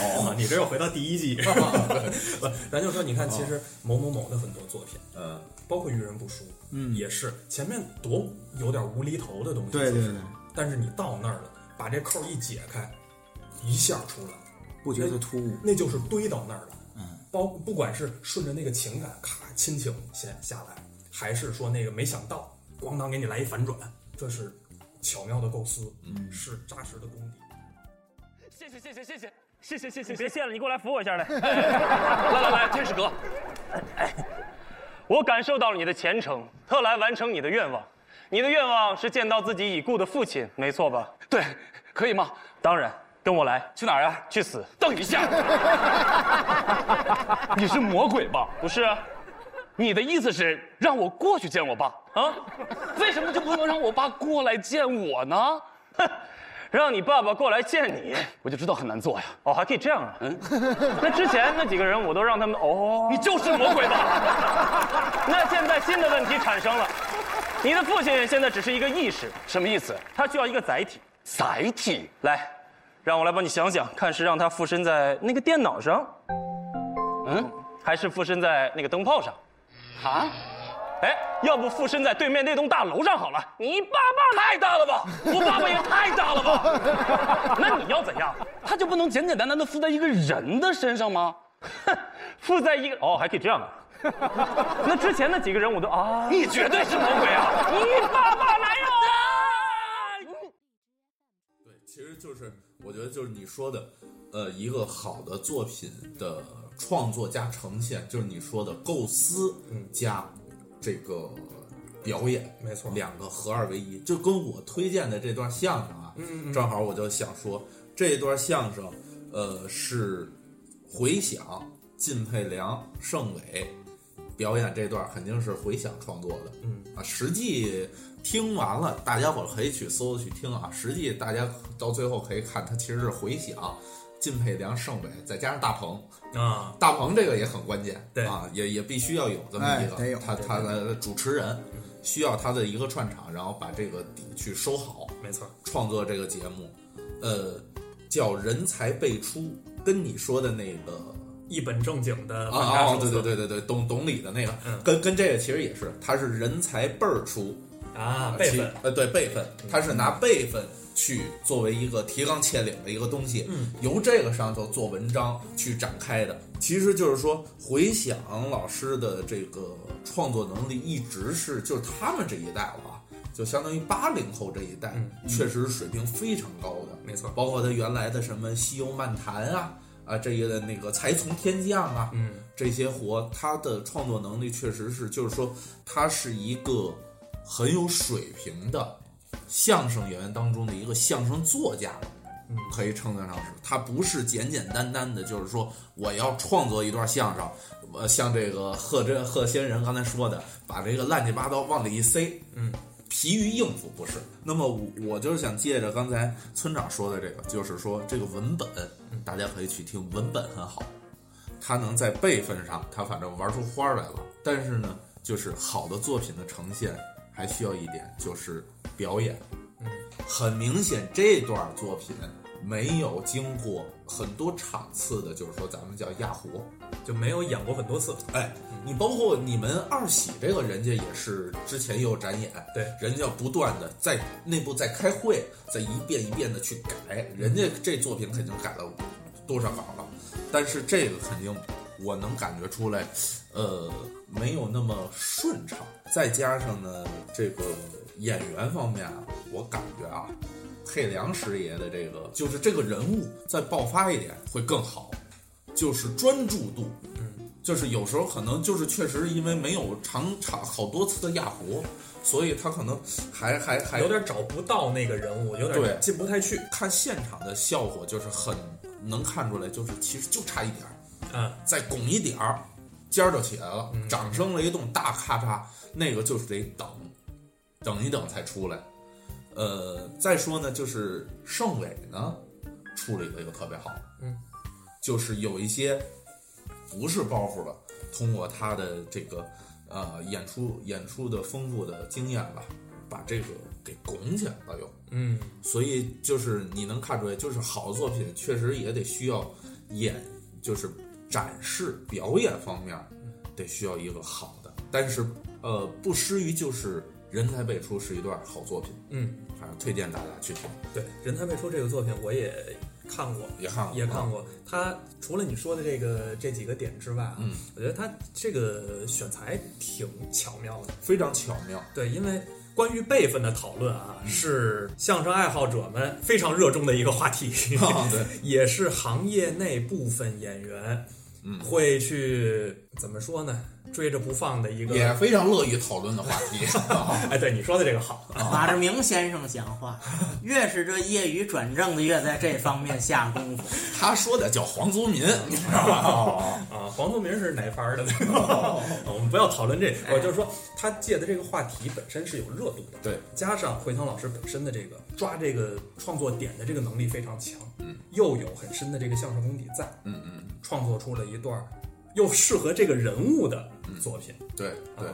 [SPEAKER 1] 哦，你这又回到第一季， 不，咱就说，你看，其实某某某的很多作品，
[SPEAKER 2] 嗯，
[SPEAKER 1] 包括遇人不淑，嗯，也是前面多有点无厘头的东西，
[SPEAKER 4] 对对对，
[SPEAKER 1] 但是你到那儿了，把这扣一解开，一下出来，
[SPEAKER 4] 不觉得突兀。
[SPEAKER 1] 那就是堆到那儿了，嗯，包不管是顺着那个情感，咔亲情先下来，还是说那个没想到，咣当给你来一反转，这是巧妙的构思，嗯，是扎实的功底。
[SPEAKER 13] 谢谢谢谢谢谢谢谢谢谢，别谢了，你过来扶我一下来。来来来，天使哥，我感受到了你的虔诚，特来完成你的愿望。你的愿望是见到自己已故的父亲，没错吧？对，可以吗？当然，跟我来。去哪儿啊？去死！
[SPEAKER 8] 等一下，你是魔鬼吧？
[SPEAKER 13] 不是啊，
[SPEAKER 8] 你的意思是让我过去见我爸啊？为什么就不能让我爸过来见我呢？哼，
[SPEAKER 13] 让你爸爸过来见你。
[SPEAKER 8] 我就知道很难做呀。
[SPEAKER 13] 哦，还可以这样啊？嗯， 那之前那几个人我都让他们哦，
[SPEAKER 8] 你就是魔鬼吧？
[SPEAKER 13] 那现在新的问题产生了，你的父亲现在只是一个意识，
[SPEAKER 8] 什么意思？
[SPEAKER 13] 他需要一个载体。
[SPEAKER 8] 载体？
[SPEAKER 13] 来，让我来帮你想想，看是让他附身在那个电脑上，嗯，还是附身在那个灯泡上？
[SPEAKER 8] 啊？
[SPEAKER 13] 哎，要不附身在对面那栋大楼上好了。
[SPEAKER 8] 你爸爸太大了吧？我爸爸也太大了 吧？
[SPEAKER 13] 那你要怎样？
[SPEAKER 8] 他就不能简简单单的附在一个人的身上吗？
[SPEAKER 13] 附在一个哦，还可以这样 啊。那之前那几个人我都啊，
[SPEAKER 8] 你绝对是魔鬼啊！你爸爸来了！
[SPEAKER 2] 对，其实就是我觉得就是你说的，呃，一个好的作品的创作加呈现，就是你说的构思加这个表演，
[SPEAKER 1] 嗯没错
[SPEAKER 2] 两个合二为一。就跟我推荐的这段相声啊，
[SPEAKER 1] 嗯嗯
[SPEAKER 2] 正好我就想说这段相声，呃，是回响靳佩良、盛伟表演这段肯定是回响创作的，
[SPEAKER 1] 嗯
[SPEAKER 2] 啊，实际听完了，大家伙儿可以去搜去听啊。实际大家到最后可以看，它其实是回响靳佩良、盛伟，再加上大鹏，
[SPEAKER 1] 啊，
[SPEAKER 2] 大鹏这个也很关键，
[SPEAKER 1] 对
[SPEAKER 2] 啊，也也必须要有这么
[SPEAKER 4] 哎
[SPEAKER 2] 一个，
[SPEAKER 4] 得有
[SPEAKER 2] 他
[SPEAKER 4] 对
[SPEAKER 2] 他的主持人需要他的一个串场，然后把这个底去收好，
[SPEAKER 1] 没错，
[SPEAKER 2] 创作这个节目，呃，叫人才辈出，跟你说的那个
[SPEAKER 1] 一本正经的
[SPEAKER 2] 啊
[SPEAKER 1] 玩家
[SPEAKER 2] 啊，
[SPEAKER 1] 手
[SPEAKER 2] 对
[SPEAKER 1] 册
[SPEAKER 2] 对对对对，懂懂理的那个，
[SPEAKER 1] 嗯
[SPEAKER 2] 跟跟这个其实也是，他是人才辈儿出
[SPEAKER 1] 啊，辈
[SPEAKER 2] 其
[SPEAKER 1] 分。嗯
[SPEAKER 2] 呃，对辈分，他是拿辈分去作为一个提纲挈领的一个东西，
[SPEAKER 1] 嗯，
[SPEAKER 2] 由这个上头做文章去展开的。其实就是说，回想老师的这个创作能力，一直是就是他们这一代了啊，就相当于八零后这一代，
[SPEAKER 1] 嗯
[SPEAKER 2] 确实水平非常高的，
[SPEAKER 1] 没错
[SPEAKER 2] 包括他原来的什么《西游漫谈》啊。啊，这一类那个才从天降啊，
[SPEAKER 1] 嗯，
[SPEAKER 2] 这些活，他的创作能力确实是，就是说，他是一个很有水平的相声演员当中的一个相声作家，
[SPEAKER 1] 嗯
[SPEAKER 2] 可以称得上是。他不是简简单单的，就是说我要创作一段相声，呃，像这个贺真贺仙人刚才说的，把这个乱七八糟往里一塞，
[SPEAKER 1] 嗯，
[SPEAKER 2] 疲于应付不是。那么我我就是想借着刚才村长说的这个，就是说这个文本，大家可以去听，文本很好，他能在辈分上，他反正玩出花儿来了。但是呢，就是好的作品的呈现还需要一点，就是表演。
[SPEAKER 1] 嗯，
[SPEAKER 2] 很明显这段作品没有经过很多场次的，就是说咱们叫压活。
[SPEAKER 1] 就没有演过很多次。
[SPEAKER 2] 哎，你包括你们二喜这个人家也是之前也有展演，
[SPEAKER 1] 对
[SPEAKER 2] 人家不断的在内部在开会，在一遍一遍的去改，人家这作品肯定改了多少稿了，但是这个肯定我能感觉出来，呃，没有那么顺畅，再加上呢，这个演员方面啊，我感觉啊，配良师爷的这个，就是这个人物再爆发一点会更好，就是专注度。
[SPEAKER 1] 嗯
[SPEAKER 2] 就是有时候可能就是确实因为没有常常好多次的压活，所以他可能还还还
[SPEAKER 1] 有点找不到那个人物，有
[SPEAKER 2] 对
[SPEAKER 1] 点进不太去。
[SPEAKER 2] 看现场的效果就是很能看出来，就是其实就差一点儿，
[SPEAKER 1] 嗯，
[SPEAKER 2] 再拱一点儿，尖儿就起来了，掌声雷动，大咔嚓，那个就是得等，等一等才出来。呃，再说呢，就是盛伟呢，处理的又特别好，
[SPEAKER 1] 嗯，
[SPEAKER 2] 就是有一些不是包袱了，通过他的这个呃演出演出的丰富的经验吧，把这个给拱起来了又。
[SPEAKER 1] 嗯，
[SPEAKER 2] 所以就是你能看出来，就是好作品确实也得需要演，就是展示表演方面
[SPEAKER 1] 嗯
[SPEAKER 2] 得需要一个好的，但是呃不失于就是人才辈出是一段好作品，
[SPEAKER 1] 嗯，
[SPEAKER 2] 反正推荐大家去听。
[SPEAKER 1] 对，《人才辈出》这个作品我也看过，
[SPEAKER 2] 也看过
[SPEAKER 1] 也看过。他除了你说的这个这几个点之外啊，
[SPEAKER 2] 嗯，
[SPEAKER 1] 我觉得他这个选材挺巧妙的，
[SPEAKER 2] 非常巧妙。嗯
[SPEAKER 1] 对，因为关于辈分的讨论啊，是相声爱好者们非常热衷的一个话题，
[SPEAKER 2] 啊对
[SPEAKER 1] 也是行业内部分演员
[SPEAKER 2] 嗯，
[SPEAKER 1] 会去怎么说呢？追着不放的一个
[SPEAKER 2] 也非常乐于讨论的话 题。啊
[SPEAKER 1] 哎，对你说的这个好，
[SPEAKER 3] 马志明先生讲 话，越是这业余转正的，越在这方面下功夫。
[SPEAKER 2] 他说的叫黄宗民，你知道
[SPEAKER 1] 吧
[SPEAKER 2] 吧？
[SPEAKER 1] 啊，黄宗民是哪番儿的？
[SPEAKER 2] 哦
[SPEAKER 1] 我们不要讨论这，
[SPEAKER 2] 哎
[SPEAKER 1] 我就是说，他借的这个话题本身是有热度的，
[SPEAKER 2] 对，
[SPEAKER 1] 加上回腾老师本身的这个抓这个创作点的这个能力非常强，嗯，又有很深的这个相声功底在，
[SPEAKER 2] 嗯嗯，
[SPEAKER 1] 创作出了一段儿又适合这个人物的作品，啊
[SPEAKER 2] 对嗯对。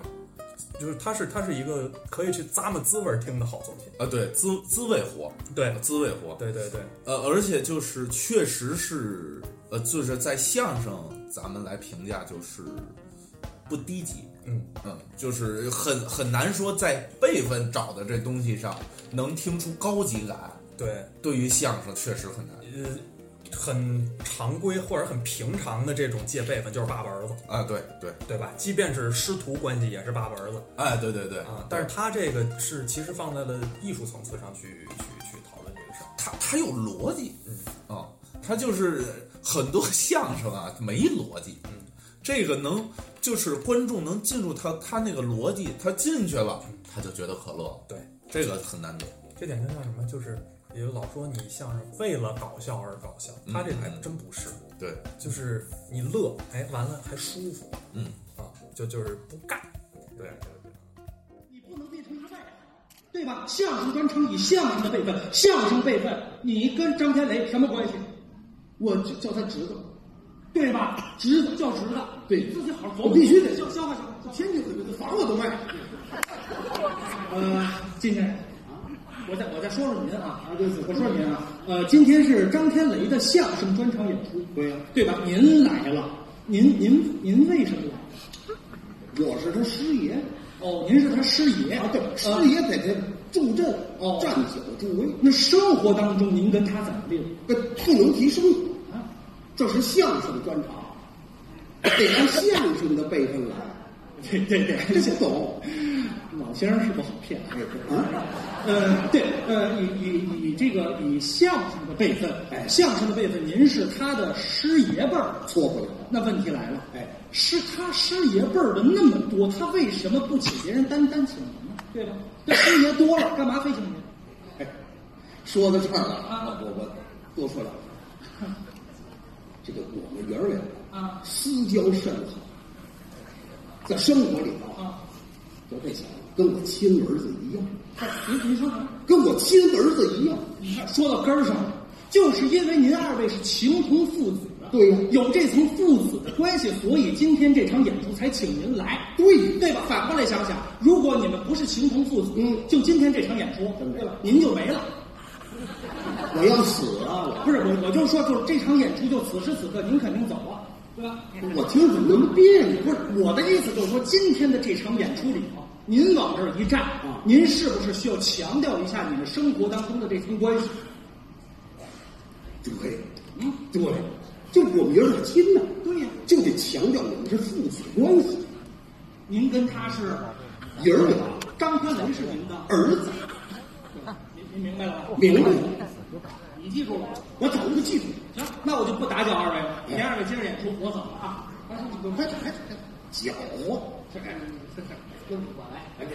[SPEAKER 1] 就是他是他是一个可以去咂摸滋味儿听的好作品，
[SPEAKER 2] 啊，对，滋滋味活，呃
[SPEAKER 1] 对，
[SPEAKER 2] 滋味活，
[SPEAKER 1] 对对对，
[SPEAKER 2] 呃，而且就是确实是，呃，就是在相声咱们来评价就是不低级，
[SPEAKER 1] 嗯
[SPEAKER 2] 嗯，就是很很难说在辈分找的这东西上能听出高级感，
[SPEAKER 1] 对，
[SPEAKER 2] 对于相声确实很难，
[SPEAKER 1] 呃，很常规或者很平常的这种借辈分就是爸爸儿子，
[SPEAKER 2] 啊，对对，
[SPEAKER 1] 对吧？即便是师徒关系，也是爸爸儿子
[SPEAKER 2] 哎，对对对，
[SPEAKER 1] 啊。但是他这个是其实放在了艺术层次上去去去讨论这个事儿。
[SPEAKER 2] 他他有逻辑，啊，他就是很多相声啊没逻辑，这个能就是观众能进入他他那个逻辑，他进去了他就觉得可乐，
[SPEAKER 1] 对，
[SPEAKER 2] 这个很难得，
[SPEAKER 1] 这点就像什么，就是也有老说你相声为了搞笑而搞笑，他这还真不是，
[SPEAKER 2] 对，
[SPEAKER 1] 就是你乐，哎，完了还舒服
[SPEAKER 2] 嗯，
[SPEAKER 1] 啊，就就是不尬，对。
[SPEAKER 14] 你不能变成他外人，对吧？相声专程以相声的辈分，相声辈分，你跟张天雷什么关系？我就叫他侄子，对吧？侄子叫侄子，对自己好好活，
[SPEAKER 15] 我必须得
[SPEAKER 14] 叫消化消化，天津的房我都卖。呃，今天我再我再说说您啊，啊，对不起，我说说您啊，呃，今天是张天雷的相声专场演出，对呀、对吧？您来了，您您您为什么来？我是他师爷。哦，您是他师爷啊？对，师爷在这助阵，哦，站脚助威。那生活当中您跟他怎么练？那不能提生活啊，这是相声专场，得按相声的辈分来。对对对，这不懂。老先生是不好骗啊。呃，对，呃，以以以这个以相声的辈分，哎，相声的辈分，您是他的师爷辈儿，错不了。那问题来了，哎，是他师爷辈儿的那么多，他为什么不请别人单单请您呢？对吧？这师爷多了，干嘛非请您？
[SPEAKER 15] 哎说到这儿了，啊、我我多说两句。这个我们爷儿俩
[SPEAKER 14] 啊，
[SPEAKER 15] 私交甚好，在生活里头啊，就这小子跟我亲儿子一样，
[SPEAKER 14] 您您说什么？
[SPEAKER 1] 嗯
[SPEAKER 15] 跟我亲儿子一样。
[SPEAKER 14] 你看说到根儿上了，就是因为您二位是情同父子啊，
[SPEAKER 15] 对呀
[SPEAKER 14] 有这层父子的关系，所以今天这场演出才请您来，对对吧？反过来想想，如果你们不是情同父子，嗯，就今天这场演出，对吧？您就没了。
[SPEAKER 15] 我要死啊！我
[SPEAKER 14] 不是我，我就说，就是这场演出，就此时此刻，您肯定走啊，对吧？
[SPEAKER 15] 我听怎么那么别扭？
[SPEAKER 14] 不是我的意思，就是说今天的这场演出里头，您往这儿一站，您是不是需要强调一下你们生活当中的这层关系？
[SPEAKER 15] 对，
[SPEAKER 14] 嗯，
[SPEAKER 15] 对，就我们爷儿俩亲呐，
[SPEAKER 14] 对呀、
[SPEAKER 15] 就得强调我们是父子关系，
[SPEAKER 14] 您跟他是
[SPEAKER 15] 爷儿俩
[SPEAKER 14] 张天雷是您的
[SPEAKER 15] 儿子。
[SPEAKER 14] 对吧您您明白了吗？
[SPEAKER 15] 明白了
[SPEAKER 14] 你记住了，我早就记住了。行，那我就不打搅二位了，您二位接着演出，我走了啊。哎，快走，快走，
[SPEAKER 15] 搅和，
[SPEAKER 14] 用我来。
[SPEAKER 15] 哎，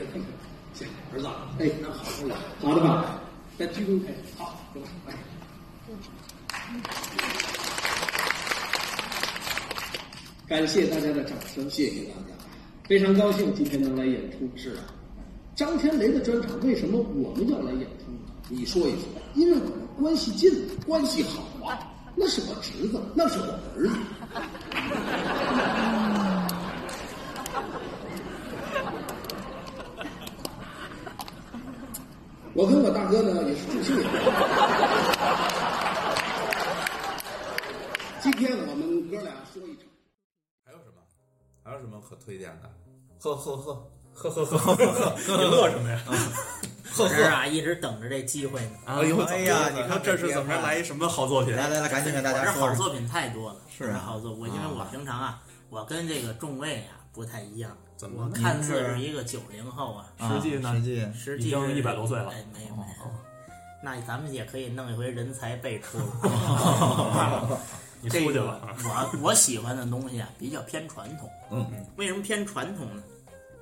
[SPEAKER 15] 行，儿子，哎，那好出来，
[SPEAKER 14] 好的吧？再鞠躬，哎，好，走吧，来。感谢大家的掌声，谢谢大家，非常高兴今天能来演出。是啊，张天雷的专场为什么我们要来演出呢？
[SPEAKER 15] 你说一说，因为我们关系近，关系好啊，那是我侄子，那是我儿子。我跟我大哥呢也是住室友。今天我们哥俩说一场。
[SPEAKER 2] 还有什么可推荐的？呵呵呵
[SPEAKER 1] 呵呵呵呵 呵， 你乐什么 呀？
[SPEAKER 3] 我这儿啊，一直等着这机会呢。
[SPEAKER 1] 哎呦哎呀你看这是怎么来一什么好作品来来来赶紧给大家
[SPEAKER 3] 我这
[SPEAKER 1] 说
[SPEAKER 3] 好
[SPEAKER 1] 说
[SPEAKER 3] 作品太多了，
[SPEAKER 1] 是啊
[SPEAKER 3] 好作。我因为我平常啊，我跟这个众位啊不太一样。
[SPEAKER 1] 怎
[SPEAKER 3] 我看的是一个九零后啊，
[SPEAKER 1] 实际哦呢？
[SPEAKER 3] 实
[SPEAKER 1] 已
[SPEAKER 3] 际
[SPEAKER 1] 经一百多岁了。
[SPEAKER 3] 哎，没有没有。那咱们也可以弄一回人才辈出
[SPEAKER 1] 你出去吧
[SPEAKER 3] 这个我我喜欢的东西啊，比较偏传统。
[SPEAKER 1] 嗯，
[SPEAKER 3] 为什么偏传统呢？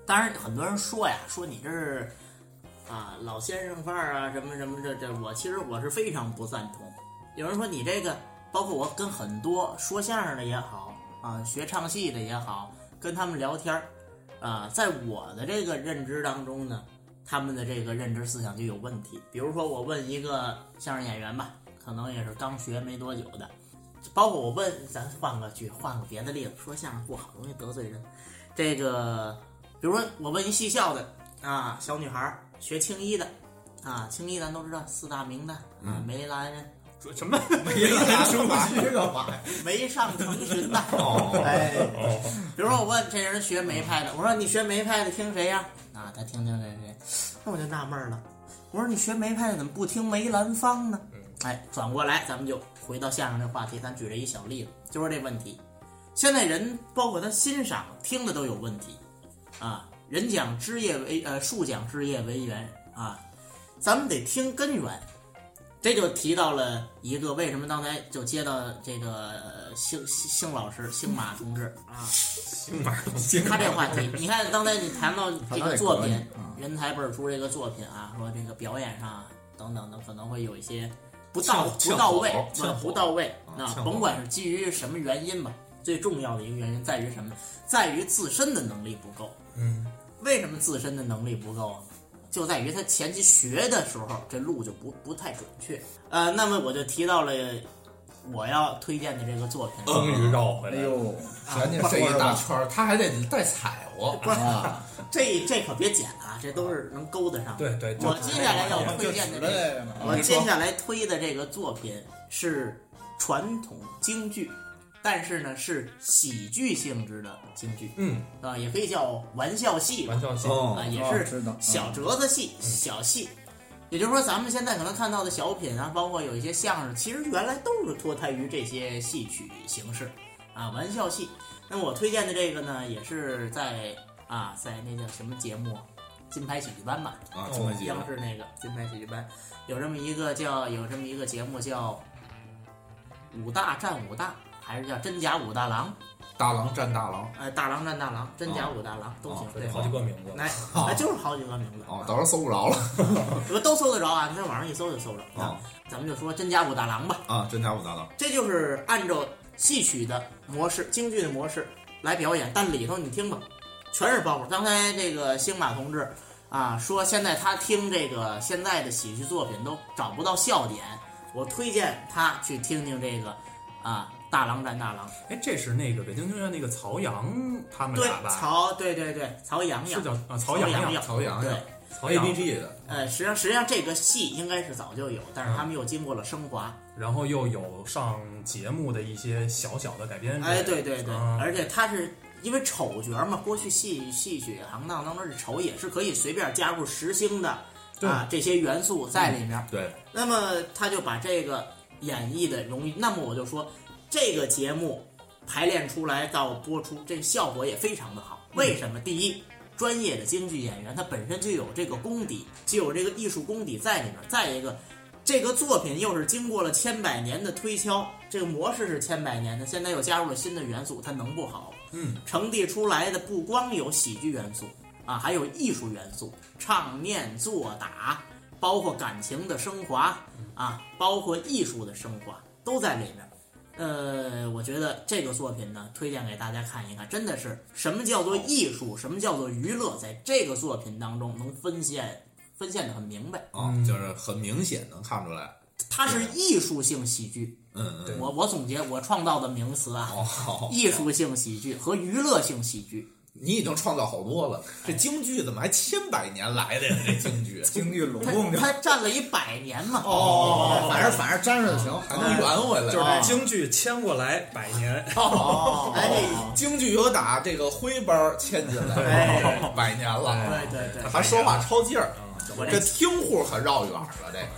[SPEAKER 3] 当然，很多人说呀，说你这是啊老先生范儿啊，什么什么这这，我其实我是非常不赞同。有人说你这个，包括我跟很多说相声的也好啊，学唱戏的也好，跟他们聊天儿啊，在我的这个认知当中呢，他们的这个认知思想就有问题。比如说，我问一个相声演员吧，可能也是刚学没多久的，包括我问，咱换个句，换个别的例子，说相声不好容易得罪人。这个，比如说我问一戏校的啊，小女孩儿学青衣的啊，青衣咱都知道四大名旦啊
[SPEAKER 1] 嗯，
[SPEAKER 3] 梅丽达恩人。
[SPEAKER 1] 什么 梅丽达恩人干嘛呀？
[SPEAKER 3] 梅上成群呐！
[SPEAKER 1] 哦
[SPEAKER 3] 哎
[SPEAKER 1] 哦，
[SPEAKER 3] 比如说我问这人学梅派的，我说你学梅派的听谁呀、啊，他听听这谁，那我就纳闷儿了，我说你学梅派的怎么不听梅兰芳呢？
[SPEAKER 1] 嗯
[SPEAKER 3] 哎，转过来咱们就回到相声这话题，咱举这一小例子，就说这问题。现在人包括他欣赏听的都有问题，啊，人讲枝叶为呃树讲枝叶为源啊，咱们得听根源。这就提到了一个为什么刚才就接到这个呃姓姓姓老师姓马同志啊，姓
[SPEAKER 1] 马同志
[SPEAKER 3] 他这话题，你看刚才你谈到这个作品
[SPEAKER 1] 他倒也可以啊
[SPEAKER 3] 《
[SPEAKER 10] 嗯
[SPEAKER 3] 人才辈出》这个作品啊，说这个表演上啊等等的可能会有一些不到
[SPEAKER 10] 呛
[SPEAKER 3] 不到位
[SPEAKER 10] 呛，火
[SPEAKER 3] 不不到位
[SPEAKER 10] 啊
[SPEAKER 3] 那
[SPEAKER 10] 呛火
[SPEAKER 3] 甭管是基于什么原因吧，最重要的一个原因在于什么？在于自身的能力不够。
[SPEAKER 1] 嗯，
[SPEAKER 3] 为什么自身的能力不够啊？就在于他前期学的时候，这路就不不太准确。呃，那么我就提到了我要推荐的这个作品，
[SPEAKER 1] 终于绕回来了哎呦赶紧
[SPEAKER 3] 啊
[SPEAKER 2] 这一大圈儿，他还得带踩我
[SPEAKER 3] 不是，这这可别剪啊，这都是能勾得上。
[SPEAKER 1] 对对就
[SPEAKER 3] 我接下来要推荐的
[SPEAKER 1] 就指着这
[SPEAKER 3] 这
[SPEAKER 1] 个呢
[SPEAKER 3] 我接下来推的这个作品是传统京剧，但是呢是喜剧性质的京剧。
[SPEAKER 1] 嗯，
[SPEAKER 3] 啊，也可以叫玩笑戏吧，玩笑
[SPEAKER 1] 戏哦嗯
[SPEAKER 3] 啊，也
[SPEAKER 1] 哦
[SPEAKER 3] 是
[SPEAKER 1] 知道
[SPEAKER 3] 小折子戏、小戏。也就是说，咱们现在可能看到的小品啊，包括有一些相声，其实原来都是脱胎于这些戏曲形式啊，玩笑戏。那我推荐的这个呢，也是在啊，在那叫什么节目啊，金牌喜剧班吧？
[SPEAKER 2] 啊金牌喜剧班
[SPEAKER 3] 央视那个金牌喜剧班，有这么一个叫有这么一个节目叫《武大战武大》，还是叫真假武大郎？
[SPEAKER 2] 大郎战大郎，啊
[SPEAKER 3] 呃，大郎战大郎，真假武大郎、都行，对，
[SPEAKER 2] 好几个名字
[SPEAKER 3] 来，
[SPEAKER 2] 哦
[SPEAKER 3] 哎， 就是好几个名字，
[SPEAKER 2] 哦，到时候搜不着了
[SPEAKER 3] 我都搜得着啊，你在网上一搜就搜着。
[SPEAKER 2] 啊
[SPEAKER 3] 咱们就说真假武大郎吧，
[SPEAKER 2] 啊！真假武大郎，
[SPEAKER 3] 这就是按照戏曲的模式、京剧的模式来表演，但里头你听吧，全是包袱。刚才这个星马同志啊说，现在他听这个现在的喜剧作品都找不到笑点，我推荐他去听听这个啊《大郎战大郎》。
[SPEAKER 1] 哎，这是那个北京京院那个曹阳他们
[SPEAKER 3] 对
[SPEAKER 1] 俩吧？
[SPEAKER 3] 曹对对对曹阳阳
[SPEAKER 1] 是叫啊
[SPEAKER 3] 曹
[SPEAKER 1] 曹阳
[SPEAKER 3] 阳
[SPEAKER 1] 阳曹阳
[SPEAKER 3] 对
[SPEAKER 1] 阳曹阳 ABG 的
[SPEAKER 3] 呃，实际上实际上这个戏应该是早就有，但是他们又经过了升华。
[SPEAKER 1] 然后又有上节目的一些小小的改编。
[SPEAKER 3] 哎，对对对，
[SPEAKER 1] 嗯
[SPEAKER 3] 而且他是因为丑角嘛，过去戏戏曲行当当中是丑也是可以随便加入时兴的
[SPEAKER 1] 对
[SPEAKER 3] 啊这些元素在里面。
[SPEAKER 2] 对，
[SPEAKER 3] 那么他就把这个演绎的容易，那么我就说这个节目排练出来到播出，这个效果也非常的好。为什么？第一，专业的京剧演员，他本身就有这个功底，就有这个艺术功底在里面。再一个，这个作品又是经过了千百年的推敲，这个模式是千百年的，现在又加入了新的元素，它能不好？
[SPEAKER 1] 嗯，
[SPEAKER 3] 呈递出来的不光有喜剧元素啊，还有艺术元素，唱念做打，包括感情的升华啊，包括艺术的升华都在里面。呃，我觉得这个作品呢，推荐给大家看一看，真的是什么叫做艺术，什么叫做娱乐，在这个作品当中能分线分线的很明白
[SPEAKER 2] 哦
[SPEAKER 6] 啊、
[SPEAKER 2] 嗯
[SPEAKER 6] 就是很明显能看出来。
[SPEAKER 3] 它是艺术性喜剧。
[SPEAKER 6] 嗯嗯，
[SPEAKER 3] 我我总结我创造的名词啊，艺术性喜剧和娱乐性喜剧。
[SPEAKER 6] 哦你已经创造好多了，这京剧怎么还千百年来的呀？这京剧，
[SPEAKER 4] 京剧拢
[SPEAKER 3] 它它占了一百年嘛。
[SPEAKER 5] 嗯
[SPEAKER 4] 哦反正反正沾上就行，
[SPEAKER 6] 还能圆回来。
[SPEAKER 1] 就是
[SPEAKER 4] 哦
[SPEAKER 2] 哦
[SPEAKER 1] 京剧迁过来百年，
[SPEAKER 6] 哦，
[SPEAKER 3] 哎，
[SPEAKER 6] 京剧有打这个徽班迁进来，
[SPEAKER 2] 哦
[SPEAKER 1] 哎
[SPEAKER 6] 百年了，
[SPEAKER 3] 对对对
[SPEAKER 6] 还说话超劲儿，
[SPEAKER 1] 我这
[SPEAKER 6] 这听户可绕远了，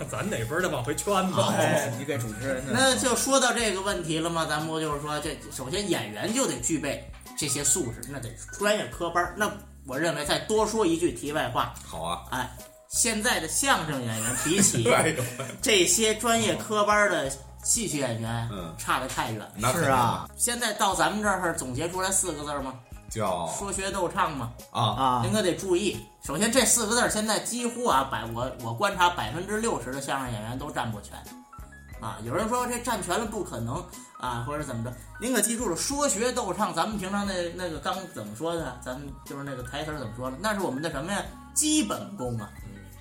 [SPEAKER 6] 这
[SPEAKER 1] 咱哪边儿的往回圈子？
[SPEAKER 5] 哦
[SPEAKER 3] 哎
[SPEAKER 4] 你给主持人
[SPEAKER 3] 那就说到这个问题了嘛，咱们不就是说，这首先演员就得具备这些素质，那得专业科班儿。那我认为再多说一句题外话，
[SPEAKER 6] 好啊，
[SPEAKER 3] 哎，现在的相声演员比 起
[SPEAKER 6] 哎呦，
[SPEAKER 3] 这些专业科班儿的戏曲演员，
[SPEAKER 6] 嗯
[SPEAKER 3] 差得太远了。
[SPEAKER 6] 那肯定啊，
[SPEAKER 3] 现在到咱们这儿总结出来四个字儿嘛，
[SPEAKER 6] 叫
[SPEAKER 3] 说学逗唱嘛。
[SPEAKER 6] 啊啊
[SPEAKER 3] 您可得注意，首先这四个字儿现在几乎啊，百我我观察百分之六十的相声演员都占不全，啊，有人说这占全了不可能啊，或者怎么着，您可记住了，说学逗唱，咱们平常那那个刚怎么说的，咱们就是那个台词儿怎么说的，那是我们的什么呀？基本功啊，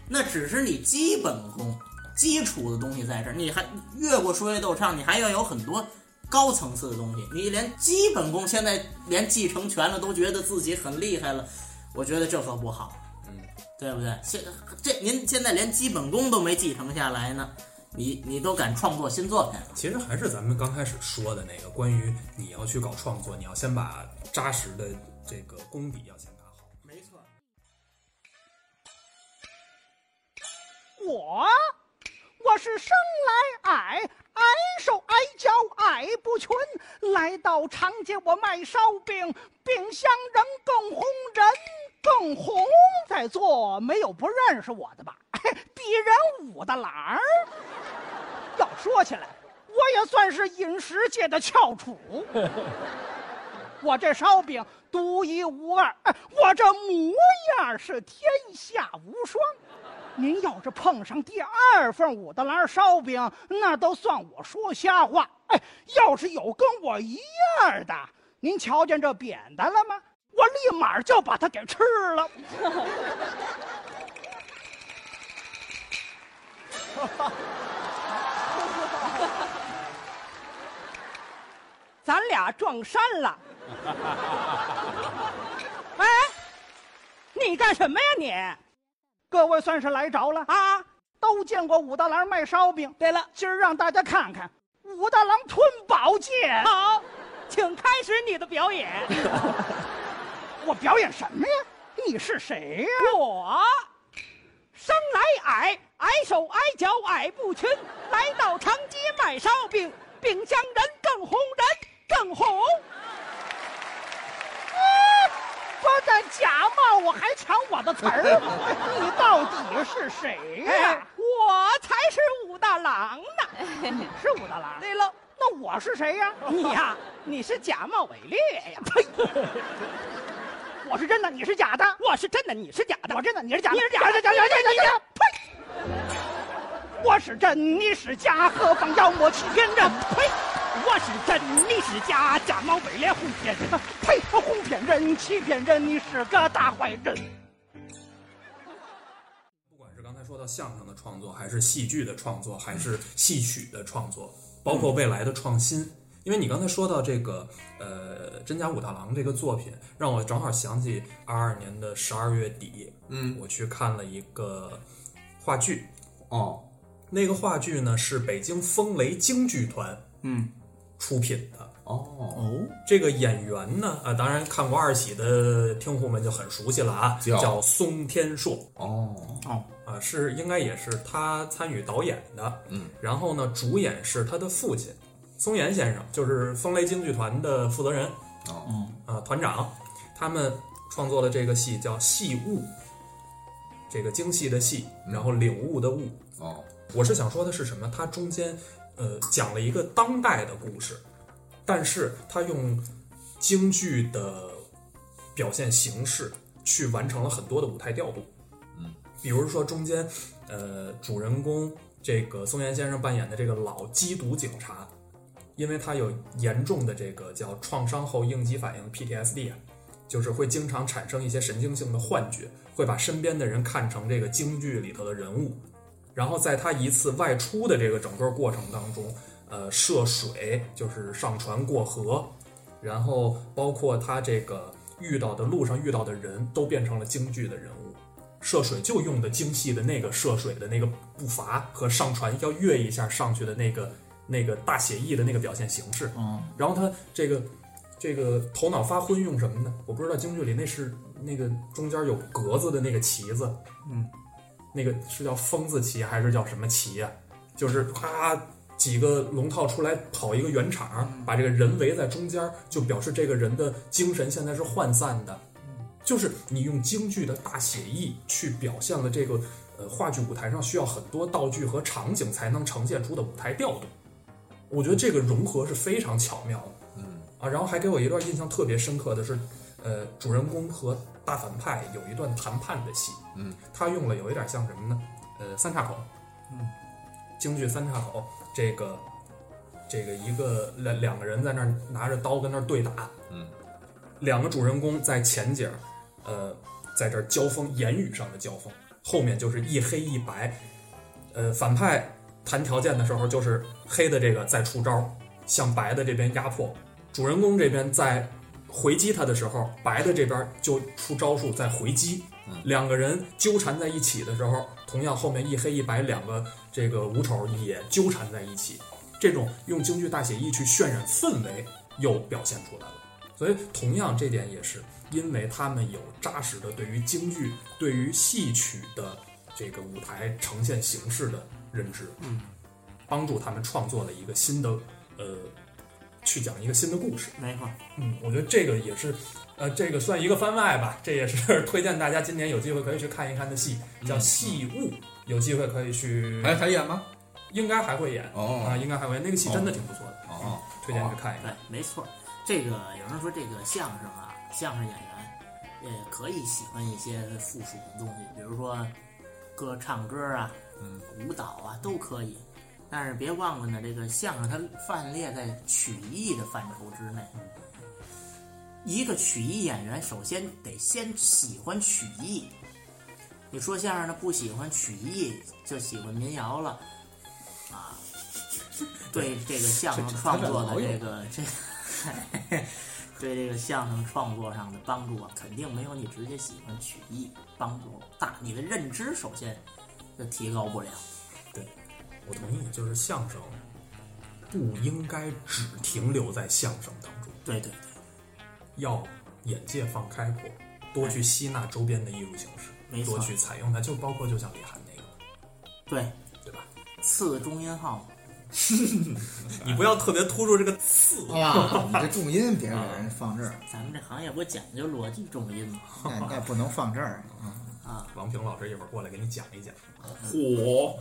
[SPEAKER 3] 那只是你基本功、基础的东西在这儿，你还越过说学逗唱，你还要有很多。高层次的东西，你连基本功现在连继承全了，都觉得自己很厉害了，我觉得这可不好，嗯，对不对？现这您现在连基本功都没继承下来呢，你你都敢创作新作品了？
[SPEAKER 1] 其实还是咱们刚开始说的那个关于你要去搞创作，你要先把扎实的这个功底要先打好。
[SPEAKER 10] 没错。
[SPEAKER 11] 我，我是生来矮，矮手矮脚矮不全。来到长街，我卖烧饼，饼香人更红人更红。在座没有不认识我的吧？ 比人武的懒儿。要说起来，我也算是饮食界的翘楚。我这烧饼独一无二，哎我这模样是天下无双。您要是碰上第二份武大郎烧饼，那都算我说瞎话。哎，要是有跟我一样的，您瞧见这扁担了吗？我立马就把它给吃了。 咱俩撞衫了。哎，你干什么呀你？各位算是来着了啊！都见过武大郎卖烧饼。对了，今儿让大家看看武大郎吞宝剑。好，请开始你的表演。 我表演什么呀？你是谁呀、我生来矮，矮手矮脚矮不群，来到长街卖烧饼，饼香人更红人更红。啊我的假冒，我还抢我的词儿 吗？你到底是谁哎呀、我才是武大郎呢！你 是武大郎？对了，那我是谁 呀、你呀、你是假冒伪劣呀！呸！ 我是真的，你是假的；我是真的，你是假的；我真的，你是假的；你是假的，假假假假假！呸！我是真，你是假，何妨妖魔欺骗人？呸！我是真，你是假，假冒伪劣哄骗人！呸！哄骗人，欺骗人，你是个大坏人！
[SPEAKER 1] 不管是刚才说到相声的创作，还是戏剧的创作，还是戏曲的创作，包
[SPEAKER 6] 嗯
[SPEAKER 1] 括未来的创新。因为你刚才说到这个，呃，真假武大郎这个作品，让我正好想起二二年的十二月底，
[SPEAKER 6] 嗯，
[SPEAKER 1] 我去看了一个话剧，
[SPEAKER 6] 哦，
[SPEAKER 1] 那个话剧呢是北京风雷京剧团
[SPEAKER 4] 嗯
[SPEAKER 1] 出品的，
[SPEAKER 6] 哦，
[SPEAKER 1] 这个演员呢，啊，当然看过二喜的听户们就很熟悉了啊，
[SPEAKER 6] 叫
[SPEAKER 1] 叫松天硕，
[SPEAKER 6] 哦
[SPEAKER 4] 哦，
[SPEAKER 1] 啊，是应该也是他参与导演的，
[SPEAKER 6] 嗯，
[SPEAKER 1] 然后呢，主演是他的父亲松岩呃先生，就是风雷京剧团的负责人
[SPEAKER 6] 哦，
[SPEAKER 1] 啊，团长，他们创作了这个戏叫《戏悟》，这个精细的细，然后领悟的悟。
[SPEAKER 2] 哦，
[SPEAKER 1] 我是想说的是什么？它中间呃讲了一个当代的故事，但是它用京剧的表现形式去完成了很多的舞台调度。
[SPEAKER 2] 嗯，
[SPEAKER 1] 比如说中间呃主人公这个松原先生扮演的这个老缉毒警察，因为他有严重的这个叫创伤后应激反应 PTSD 啊，就是会经常产生一些神经性的幻觉，会把身边的人看成这个京剧里头的人物。然后在他一次外出的这个整个过程当中，呃，涉水就是上船过河，然后包括他这个遇到的路上遇到的人都变成了京剧的人物。涉水就用的精细的那个涉水的那个步伐和上船要跃一下上去的那个那个大写意的那个表现形式。
[SPEAKER 4] 嗯，
[SPEAKER 1] 然后他这个这个头脑发昏用什么呢？我不知道京剧里那是那个中间有格子的那个旗子，
[SPEAKER 4] 嗯，
[SPEAKER 1] 那个是叫风字旗还是叫什么旗呀、就是咔、几个龙套出来跑一个圆场，
[SPEAKER 4] 嗯
[SPEAKER 1] 把这个人围在中间，就表示这个人的精神现在是涣散的。就是你用京剧的大写意去表现了这个呃话剧舞台上需要很多道具和场景才能呈现出的舞台调度，我觉得这个融合是非常巧妙的。
[SPEAKER 2] 嗯
[SPEAKER 1] 啊，然后还给我一段印象特别深刻的是，呃，主人公和大反派有一段谈判的戏，
[SPEAKER 2] 嗯
[SPEAKER 1] 他用了有一点像什么呢？呃，三岔口，
[SPEAKER 4] 嗯，
[SPEAKER 1] 京剧三岔口，这个这个一个两两个人在那儿拿着刀跟那儿对打，
[SPEAKER 2] 嗯
[SPEAKER 1] 两个主人公在前景儿，呃，在这儿交锋，言语上的交锋，后面就是一黑一白，呃，反派谈条件的时候就是黑的这个在出招，向白的这边压迫，主人公这边在回击他的时候，白的这边就出招数在回击，
[SPEAKER 13] 嗯
[SPEAKER 8] 嗯
[SPEAKER 1] 两个人纠缠在一起的时候，同样后面一黑一白两个这个五丑也纠缠在一起，这种用京剧大写意去渲染氛围又表现出来了。所以，同样这点也是因为他们有扎实的对于京剧、对于戏曲的这个舞台呈现形式的认知，
[SPEAKER 3] 嗯，
[SPEAKER 1] 帮助他们创作了一个新的呃，去讲一个新的故事。
[SPEAKER 3] 没错，
[SPEAKER 1] 嗯，我觉得这个也是，呃，这个算一个番外吧， 这也是推荐大家今年有机会可以去看一看的戏，叫《戏雾》，有机会可以去。
[SPEAKER 2] 还还演吗？
[SPEAKER 1] 应该还会演
[SPEAKER 2] 哦
[SPEAKER 1] 啊，应该还会演。那个戏真的挺不错的
[SPEAKER 2] 哦，
[SPEAKER 1] 嗯推荐去看一看。
[SPEAKER 3] 对，没错。这个有人说这个相声啊，相声演员也可以喜欢一些附属的东西，比如说歌、唱歌啊，
[SPEAKER 2] 嗯，
[SPEAKER 3] 舞蹈啊都可以。但是别忘了呢，这个相声它范列在曲艺的范畴之内。
[SPEAKER 1] 嗯
[SPEAKER 3] 一个曲艺演员首先得先喜欢曲艺。你说相声的不喜欢曲艺，就喜欢民谣了，啊？对这个相声创作的这个这，对这个相声创作上的帮助啊，肯定没有你直接喜欢曲艺帮助大。你的认知首先就提高不了。
[SPEAKER 1] 对，我同意，就是相声不应该只停留在相声当中。
[SPEAKER 3] 对对对，
[SPEAKER 1] 要眼界放开阔，多去吸纳周边的艺术形式，
[SPEAKER 3] 哎没错
[SPEAKER 1] 多去采用它，就包括就像李涵那个，
[SPEAKER 3] 对
[SPEAKER 1] 对吧？
[SPEAKER 3] 次中音 号，
[SPEAKER 1] 你不要特别突出这个次
[SPEAKER 4] 好吧，哎你这重音别给人放这儿，
[SPEAKER 3] 咱们这行业不讲究逻辑重音吗？
[SPEAKER 4] 那那不能放这儿
[SPEAKER 3] 啊！
[SPEAKER 1] 王平老师一会儿过来给你讲一讲。
[SPEAKER 3] 嗯
[SPEAKER 2] 嚯！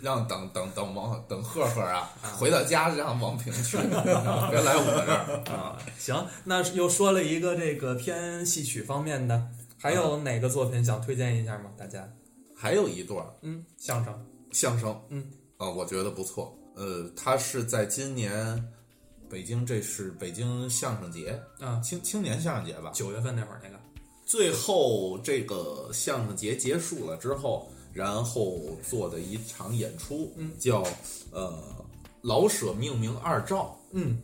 [SPEAKER 2] 让等等等王等赫赫啊，回到家让王平去，别来我这 儿啊！
[SPEAKER 1] 行，那又说了一个这个偏戏曲方面的，还有哪个作品想推荐一下吗？大家？
[SPEAKER 2] 还有一段，
[SPEAKER 1] 嗯，相声，
[SPEAKER 2] 相声，
[SPEAKER 1] 嗯，
[SPEAKER 2] 啊，我觉得不错。呃，他是在今年北京，这是北京相声节
[SPEAKER 1] 啊，
[SPEAKER 2] 青青年相声节吧？
[SPEAKER 1] 九月份那会儿那个，
[SPEAKER 2] 最后这个呃相声节结束了之后，然后做的一场演出，
[SPEAKER 1] 嗯
[SPEAKER 2] 叫呃老舍命名二照，
[SPEAKER 1] 嗯，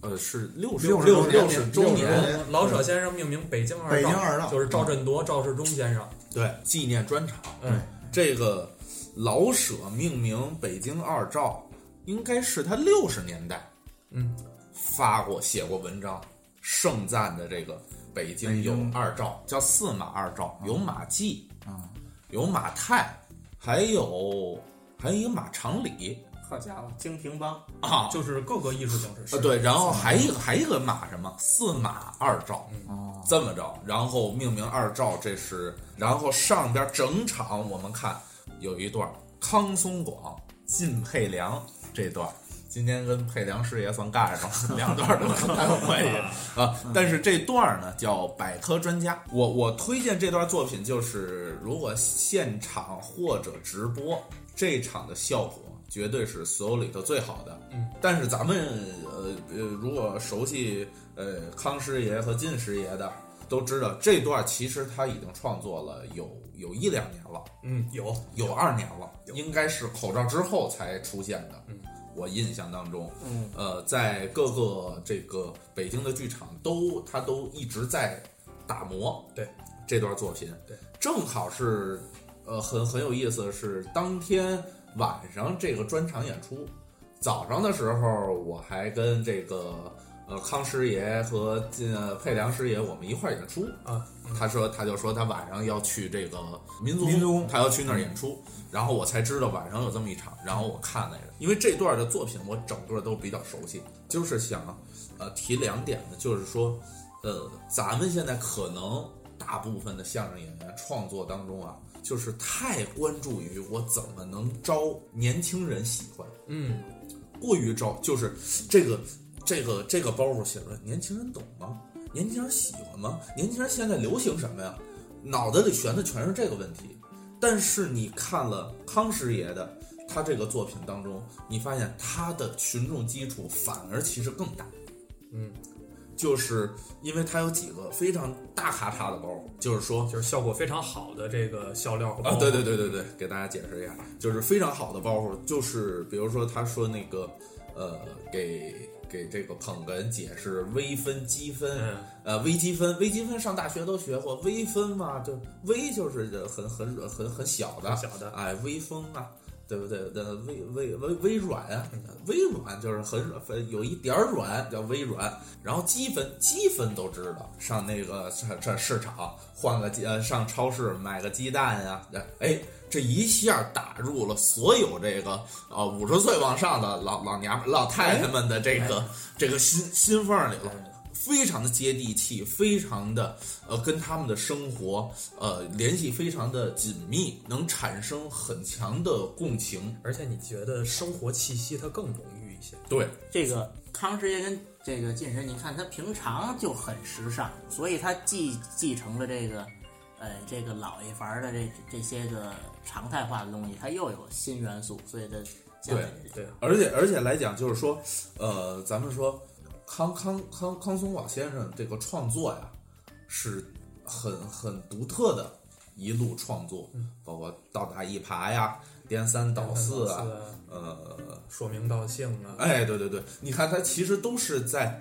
[SPEAKER 2] 呃是六十
[SPEAKER 1] 六十
[SPEAKER 2] 六
[SPEAKER 1] 周
[SPEAKER 2] 六
[SPEAKER 1] 年
[SPEAKER 2] 十周年，
[SPEAKER 1] 老舍先生命名北京二
[SPEAKER 2] 北京二
[SPEAKER 1] 道
[SPEAKER 2] 道嗯
[SPEAKER 1] 就是赵振铎、赵世忠先生。
[SPEAKER 2] 对纪念专场，
[SPEAKER 1] 嗯，
[SPEAKER 2] 这个老舍命名北京二照，应该是他六十年代
[SPEAKER 1] 嗯
[SPEAKER 2] 发过写过文章，盛赞的这个北京有二照，叫四马二照，有马季，
[SPEAKER 4] 啊，
[SPEAKER 2] 有马泰，还有还有一个马长礼，
[SPEAKER 16] 客家了，京平帮
[SPEAKER 2] 啊
[SPEAKER 16] 就是各个艺术形式。
[SPEAKER 2] 啊，对，然后还一个还一个马什么四马二照，
[SPEAKER 1] 哦
[SPEAKER 2] 这么着，然后命名二照，这是，然后上边整场我们看有一段康松广进配梁这段，今天跟配梁师爷算干上了，两段都很有关系啊。但是这段呢叫百科专家，我我推荐这段作品，就是如果现场或者直播这场的效果。绝对是所有里头最好的，
[SPEAKER 16] 嗯，
[SPEAKER 2] 但是咱们呃呃，如果熟悉呃康师爷和靳师爷的，都知道这段其实他已经创作了有有一两年了，
[SPEAKER 1] 嗯，有
[SPEAKER 2] 有二年了，应该是口罩之后才出现的，嗯，我印象当中，
[SPEAKER 16] 嗯
[SPEAKER 2] 呃，在各个这个北京的剧场都他都一直在打磨，
[SPEAKER 1] 对
[SPEAKER 2] 这段作品，
[SPEAKER 1] 对，
[SPEAKER 2] 正好是呃很很有意思，是当天晚上这个专场演出，早上的时候我还跟这个呃康师爷和进呃佩良师爷我们一块儿演出
[SPEAKER 1] 啊，
[SPEAKER 2] 他说他就说他晚上要去这个民族
[SPEAKER 16] 民族
[SPEAKER 2] 宫，他要去那儿演出，然后我才知道晚上有这么一场，然后我看来着，因为这段的作品我整个都比较熟悉，就是想呃提两点呢，就是说呃咱们现在可能大部分的相声演员创作当中啊，就是太关注于我怎么能招年轻人喜欢，
[SPEAKER 1] 嗯，
[SPEAKER 2] 过于招，就是这个这个这个包袱写出来，年轻人懂吗？年轻人喜欢吗？年轻人现在流行什么呀？脑子里悬的全是这个问题。但是你看了康师爷的他这个作品当中，你发现他的群众基础反而其实更大。
[SPEAKER 1] 嗯，
[SPEAKER 2] 就是因为它有几个非常大咔嚓的包袱，就是说，
[SPEAKER 1] 就是效果非常好的这个笑料和包
[SPEAKER 2] 啊
[SPEAKER 1] 袱，
[SPEAKER 2] 对对对对对，给大家解释一下，就是非常好的包袱，就是比如说他说那个，呃，给给这个捧哏解释微分积分，
[SPEAKER 1] 嗯
[SPEAKER 2] 呃，微积分，微积分上大学都学过，微分嘛，就微就是很很很很小的，
[SPEAKER 1] 很小的
[SPEAKER 2] 哎，微风啊。对不对？那微微微微软啊，微软就是很软，有一点儿软叫微软。然后积分，积分都知道，上那个上上市场换个鸡呃，上超市买个鸡蛋呀、哎，这一下打入了所有这个啊五十岁往上的老老娘们老太太们的这个、这个心哎心缝里了。非常的接地气，非常的呃，跟他们的生活呃联系非常的紧密，能产生很强的共情。
[SPEAKER 1] 而且你觉得生活气息它更浓郁一些，
[SPEAKER 2] 对，
[SPEAKER 3] 这个康师爷跟这个晋神，你看他平常就很时尚，所以他继继承了这个，呃，这个老一伐的这这些个常态化的东西，他又有新元素，所以他加
[SPEAKER 2] 对
[SPEAKER 3] 在这
[SPEAKER 1] 对，
[SPEAKER 2] 而且而且来讲，就是说，呃，咱们说康康康康松广先生这个创作呀，是很很独特的一路创作，包括倒打一耙呀、颠三倒四啊
[SPEAKER 1] 颠三倒四啊，
[SPEAKER 2] 呃，
[SPEAKER 1] 说明道姓啊，
[SPEAKER 2] 哎，对对对，你看他其实都是在，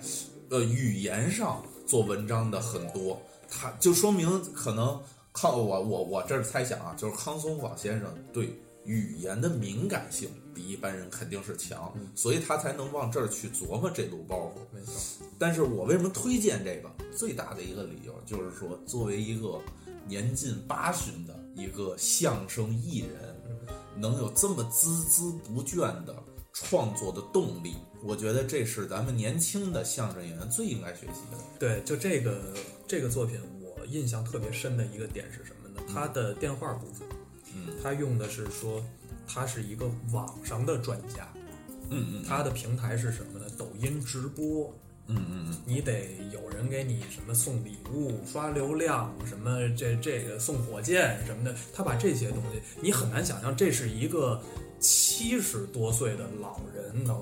[SPEAKER 2] 呃，语言上做文章的很多，他就说明可能康我我我这儿猜想啊，就是康松广先生对语言的敏感性比一般人肯定是强，所以他才能往这儿去琢磨这路包袱。
[SPEAKER 1] 嗯没错，
[SPEAKER 2] 但是我为什么推荐这个？最大的一个理由就是说，作为一个年近八旬的一个相声艺人，
[SPEAKER 1] 嗯
[SPEAKER 2] 能有这么孜孜不倦的创作的动力，我觉得这是咱们年轻的相声演员最应该学习的。
[SPEAKER 1] 对，就这个这个作品，我印象特别深的一个点是什么呢？它的电话部分，
[SPEAKER 2] 嗯，
[SPEAKER 1] 它用的是说，它是一个网上的专家，
[SPEAKER 2] 嗯嗯，
[SPEAKER 1] 它的平台是什么呢？抖音直播，
[SPEAKER 2] 嗯嗯嗯，
[SPEAKER 1] 你得有人给你什么送礼物、刷流量，什么这这个送火箭什么的，他把这些东西，你很难想象这是一个七十多岁的老人能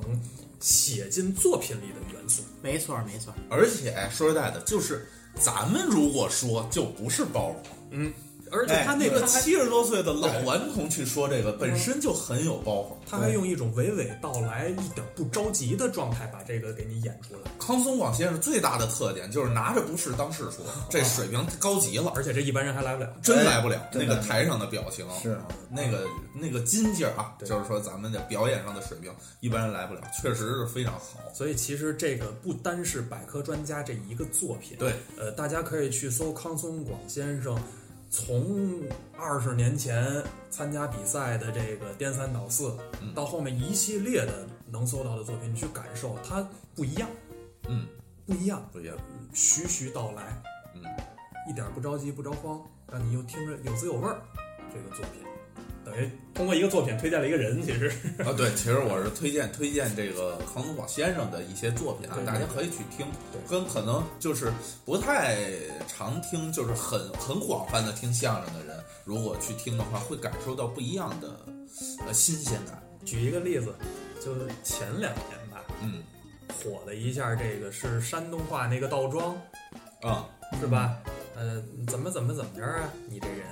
[SPEAKER 1] 写进作品里的元素。
[SPEAKER 3] 没错没错，
[SPEAKER 2] 而且哎说实在的，就是咱们如果说就不是包袱，
[SPEAKER 1] 嗯，而且他
[SPEAKER 2] 哎
[SPEAKER 1] 那
[SPEAKER 2] 一
[SPEAKER 1] 个
[SPEAKER 2] 个
[SPEAKER 1] 他还
[SPEAKER 2] 七十多岁的老顽童去说这个，本身就很有包袱。
[SPEAKER 1] 他还用一种娓娓道来、一点不着急的状态把这个给你演出来。
[SPEAKER 2] 康松广先生最大的特点就是拿着不是当事说，这水平高级了，
[SPEAKER 1] 啊而且这一般人还来不了，
[SPEAKER 2] 真来不了。
[SPEAKER 1] 哎
[SPEAKER 2] 那
[SPEAKER 1] 真
[SPEAKER 2] 个
[SPEAKER 1] 来不了
[SPEAKER 2] 台上的表情
[SPEAKER 1] 是啊
[SPEAKER 2] 那个那个筋劲儿啊，就是说咱们的表演上的水平，一般人来不了，确实是非常好。
[SPEAKER 1] 所以其实这个不单是百科专家这一个作品，
[SPEAKER 2] 对，
[SPEAKER 1] 呃，大家可以去搜康松广先生，从二十年前参加比赛的这个颠三倒四，
[SPEAKER 2] 嗯
[SPEAKER 1] 到后面一系列的能搜到的作品，你去感受它不一样，
[SPEAKER 2] 嗯，
[SPEAKER 1] 不一样，
[SPEAKER 2] 不一样，
[SPEAKER 1] 徐徐道来，
[SPEAKER 2] 嗯，
[SPEAKER 1] 一点不着急，不着慌，让你又听着有滋有味儿，这个作品。等于通过一个作品推荐了一个人，其实
[SPEAKER 2] 啊，对，其实我是推荐推荐这个康东广先生的一些作品啊
[SPEAKER 1] 对，对
[SPEAKER 2] 大家可以去听，跟可能就是不太常听，就是很很广泛的听相声的人，如果去听的话，会感受到不一样的呃新鲜感。
[SPEAKER 1] 举一个例子，就是前两年吧，
[SPEAKER 2] 嗯，
[SPEAKER 1] 火的一下，这个是山东话那个倒装，
[SPEAKER 2] 啊、
[SPEAKER 1] 是吧？呃，怎么怎么怎么着啊？你这人，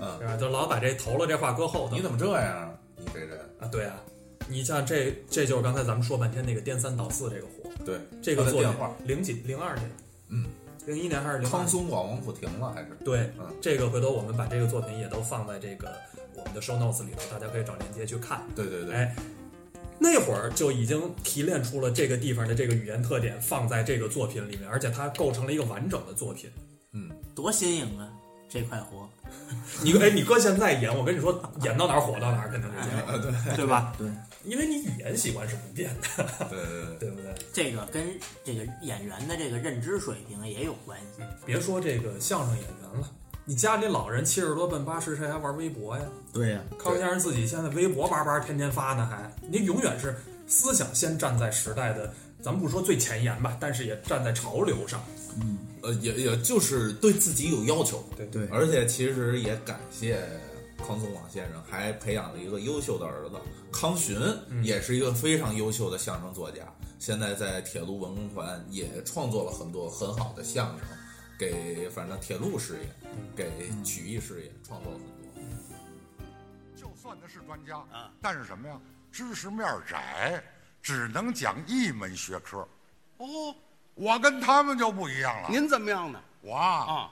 [SPEAKER 2] 嗯，
[SPEAKER 1] 是吧？就老把这头了这话搁后头。你
[SPEAKER 2] 怎么这样？你这人
[SPEAKER 1] 啊，对啊，你像这这就是刚才咱们说半天那个颠三倒四这个火，
[SPEAKER 2] 对，
[SPEAKER 1] 这个
[SPEAKER 2] 他的
[SPEAKER 1] 作
[SPEAKER 2] 啊电
[SPEAKER 1] 品
[SPEAKER 2] 话，
[SPEAKER 1] 零几零二年，
[SPEAKER 2] 嗯，
[SPEAKER 1] 零一年还是零
[SPEAKER 2] 康松广王府停了还是？
[SPEAKER 1] 对，
[SPEAKER 2] 嗯，
[SPEAKER 1] 这个回头我们把这个作品也都放在这个我们的 show notes 里头，大家可以找链接去看。
[SPEAKER 2] 对对对，
[SPEAKER 1] 哎，那会儿就已经提炼出了这个地方的这个语言特点，放在这个作品里面，而且它构成了一个完整的作品。
[SPEAKER 2] 嗯，
[SPEAKER 3] 多新颖啊！这块活，
[SPEAKER 1] 你哎，你搁现在演，我跟你说，演到哪儿火到哪儿，肯定是这样，
[SPEAKER 2] 啊
[SPEAKER 3] 哎
[SPEAKER 1] 对
[SPEAKER 3] 对吧？
[SPEAKER 1] 对，因为你语言习惯是不变的，
[SPEAKER 2] 对对
[SPEAKER 1] 对不对？
[SPEAKER 3] 这个跟这个演员的这个认知水平也有关系。
[SPEAKER 1] 别说这个相声演员了，你家里老人七十多奔八十，谁还玩微博呀？
[SPEAKER 4] 对呀、
[SPEAKER 1] 康先生自己现在微博叭叭天天发呢，还您永远是思想先站在时代的，咱们不说最前沿吧，但是也站在潮流上。
[SPEAKER 4] 嗯
[SPEAKER 2] 呃，也也就是对自己有要求，
[SPEAKER 1] 对
[SPEAKER 4] 对
[SPEAKER 2] 而且其实也感谢康松广先生，还培养了一个优秀的儿子康洵，也是一个非常优秀的相声作家，现在在铁路文工团也创作了很多很好的相声，给反正铁路事业，给曲艺事业创作了很多。
[SPEAKER 17] 就算他是专家，但是什么呀，知识面窄，只能讲一门学科。
[SPEAKER 10] 哦，
[SPEAKER 17] 我跟他们就不一样了。
[SPEAKER 10] 您怎么样呢？
[SPEAKER 17] 我啊，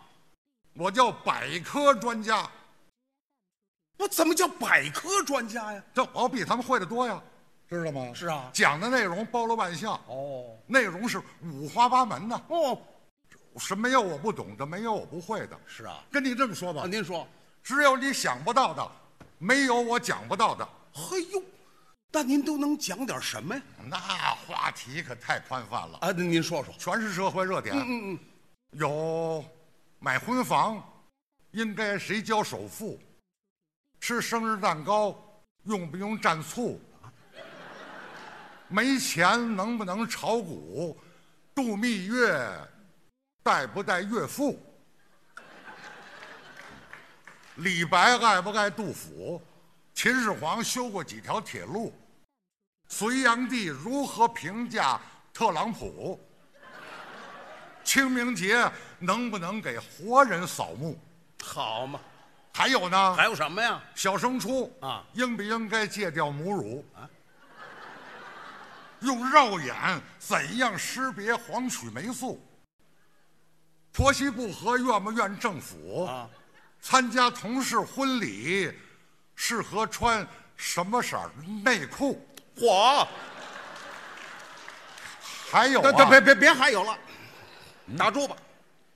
[SPEAKER 17] 我叫百科专家。
[SPEAKER 10] 我怎么叫百科专家呀？
[SPEAKER 17] 这我比他们会的多呀，知道吗？
[SPEAKER 10] 是啊，
[SPEAKER 17] 讲的内容包罗万象。
[SPEAKER 10] 哦，
[SPEAKER 17] 内容是五花八门的。
[SPEAKER 10] 哦，
[SPEAKER 17] 什么有我不懂的，没有我不会的。
[SPEAKER 10] 是啊，
[SPEAKER 17] 跟你这么说吧。
[SPEAKER 10] 您说，
[SPEAKER 17] 只有你想不到的，没有我讲不到的。
[SPEAKER 10] 嘿呦，那您都能讲点什么呀？
[SPEAKER 17] 那话题可太宽泛了
[SPEAKER 10] 啊！您说说，
[SPEAKER 17] 全是社会热点。
[SPEAKER 10] 嗯嗯嗯，
[SPEAKER 17] 有买婚房，应该谁交首付？吃生日蛋糕用不用蘸醋？没钱能不能炒股？度蜜月带不带岳父？李白爱不爱杜甫？秦始皇修过几条铁路？隋炀帝如何评价特朗普？清明节能不能给活人扫墓？
[SPEAKER 10] 好嘛，
[SPEAKER 17] 还有呢？
[SPEAKER 10] 还有什么呀？
[SPEAKER 17] 小升初
[SPEAKER 10] 啊，
[SPEAKER 17] 应不应该戒掉母乳啊？用肉眼怎样识别黄曲霉素？婆媳不和怨不怨政府？啊，参加同事婚礼适合穿什么色儿内裤？
[SPEAKER 10] 嚯！
[SPEAKER 17] 还有
[SPEAKER 10] 那那
[SPEAKER 17] 啊，嗯
[SPEAKER 10] 别别别还有了，打住吧！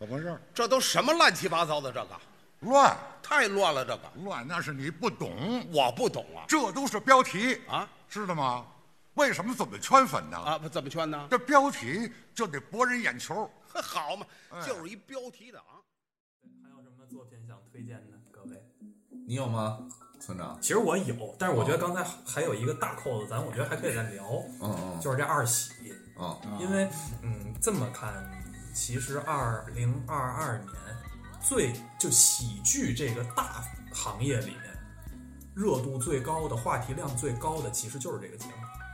[SPEAKER 17] 怎么回事？
[SPEAKER 10] 这都什么乱七八糟的？这个
[SPEAKER 17] 乱，
[SPEAKER 10] 太乱了！这个
[SPEAKER 17] 乱那是你不懂，
[SPEAKER 10] 我不懂啊！
[SPEAKER 17] 这都是标题
[SPEAKER 10] 啊，
[SPEAKER 17] 知道吗？为什么怎么圈粉呢？
[SPEAKER 10] 啊，怎么圈呢？
[SPEAKER 17] 这标题就得博人眼球。
[SPEAKER 10] 好嘛
[SPEAKER 17] 哎，
[SPEAKER 10] 就是一标题党。
[SPEAKER 1] 作品想推荐的各位，
[SPEAKER 2] 你有吗，村长？
[SPEAKER 1] 其实我有，但是我觉得刚才还有一个大扣子，咱我觉得还可以再聊，
[SPEAKER 2] 嗯嗯
[SPEAKER 1] 就是这二喜，
[SPEAKER 2] 嗯
[SPEAKER 1] 因为嗯这么看，其实二零二二年最就喜剧这个大行业里面，热度最高的、话题量最高的，其实就是这个节目。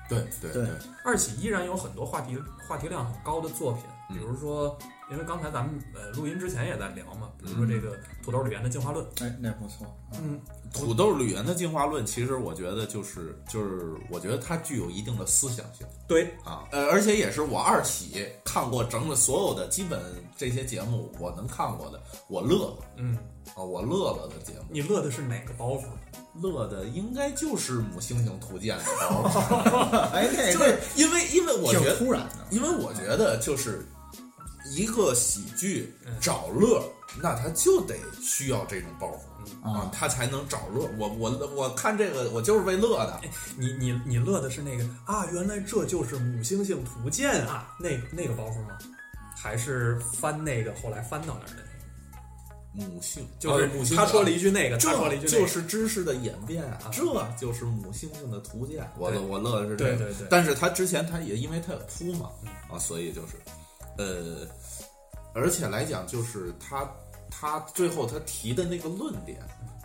[SPEAKER 2] 对对对，
[SPEAKER 1] 二喜依然有很多话题话题量很高的作品，比如说，因为刚才咱们呃录音之前也在聊嘛，比如说
[SPEAKER 4] 嗯
[SPEAKER 1] 这个土豆里面的进化论，
[SPEAKER 4] 哎，那不错，
[SPEAKER 1] 嗯，
[SPEAKER 2] 土豆吕岩的进化论，其实我觉得就是就是，我觉得它具有一定的思想性
[SPEAKER 1] 对
[SPEAKER 2] 啊，呃，而且也是我二喜看过整整所有的基本这些节目，我能看过的，我乐了
[SPEAKER 1] 嗯，
[SPEAKER 2] 啊，我乐了的节目。
[SPEAKER 1] 你乐的是哪个包袱？
[SPEAKER 2] 乐的应该就是母猩猩图鉴的包 袱，
[SPEAKER 4] 哎那
[SPEAKER 2] 就是因为因为我觉得
[SPEAKER 4] 挺突然的，
[SPEAKER 1] 嗯
[SPEAKER 2] 因为我觉得就是一个喜剧找乐那他就得需要这种包
[SPEAKER 1] 嗯
[SPEAKER 2] 袱啊，他才能找乐。我我我看这个，我就是为乐的。
[SPEAKER 1] 你你你乐的是那个啊，原来这就是母猩猩图鉴啊，那那个包袱吗？还是翻那个后来翻到那儿的
[SPEAKER 2] 那个？母性
[SPEAKER 1] 就是
[SPEAKER 2] 母性，
[SPEAKER 1] 呃哦他说了一句那个，
[SPEAKER 2] 这
[SPEAKER 1] 他说了一句那个
[SPEAKER 2] 就是知识的演变啊，这就是母猩猩的图鉴。我
[SPEAKER 1] 对
[SPEAKER 2] 我乐的是这个，
[SPEAKER 1] 对对对嗯
[SPEAKER 2] 但是他之前他也因为他有铺嘛啊，所以就是，呃，而且来讲就是他他最后他提的那个论点。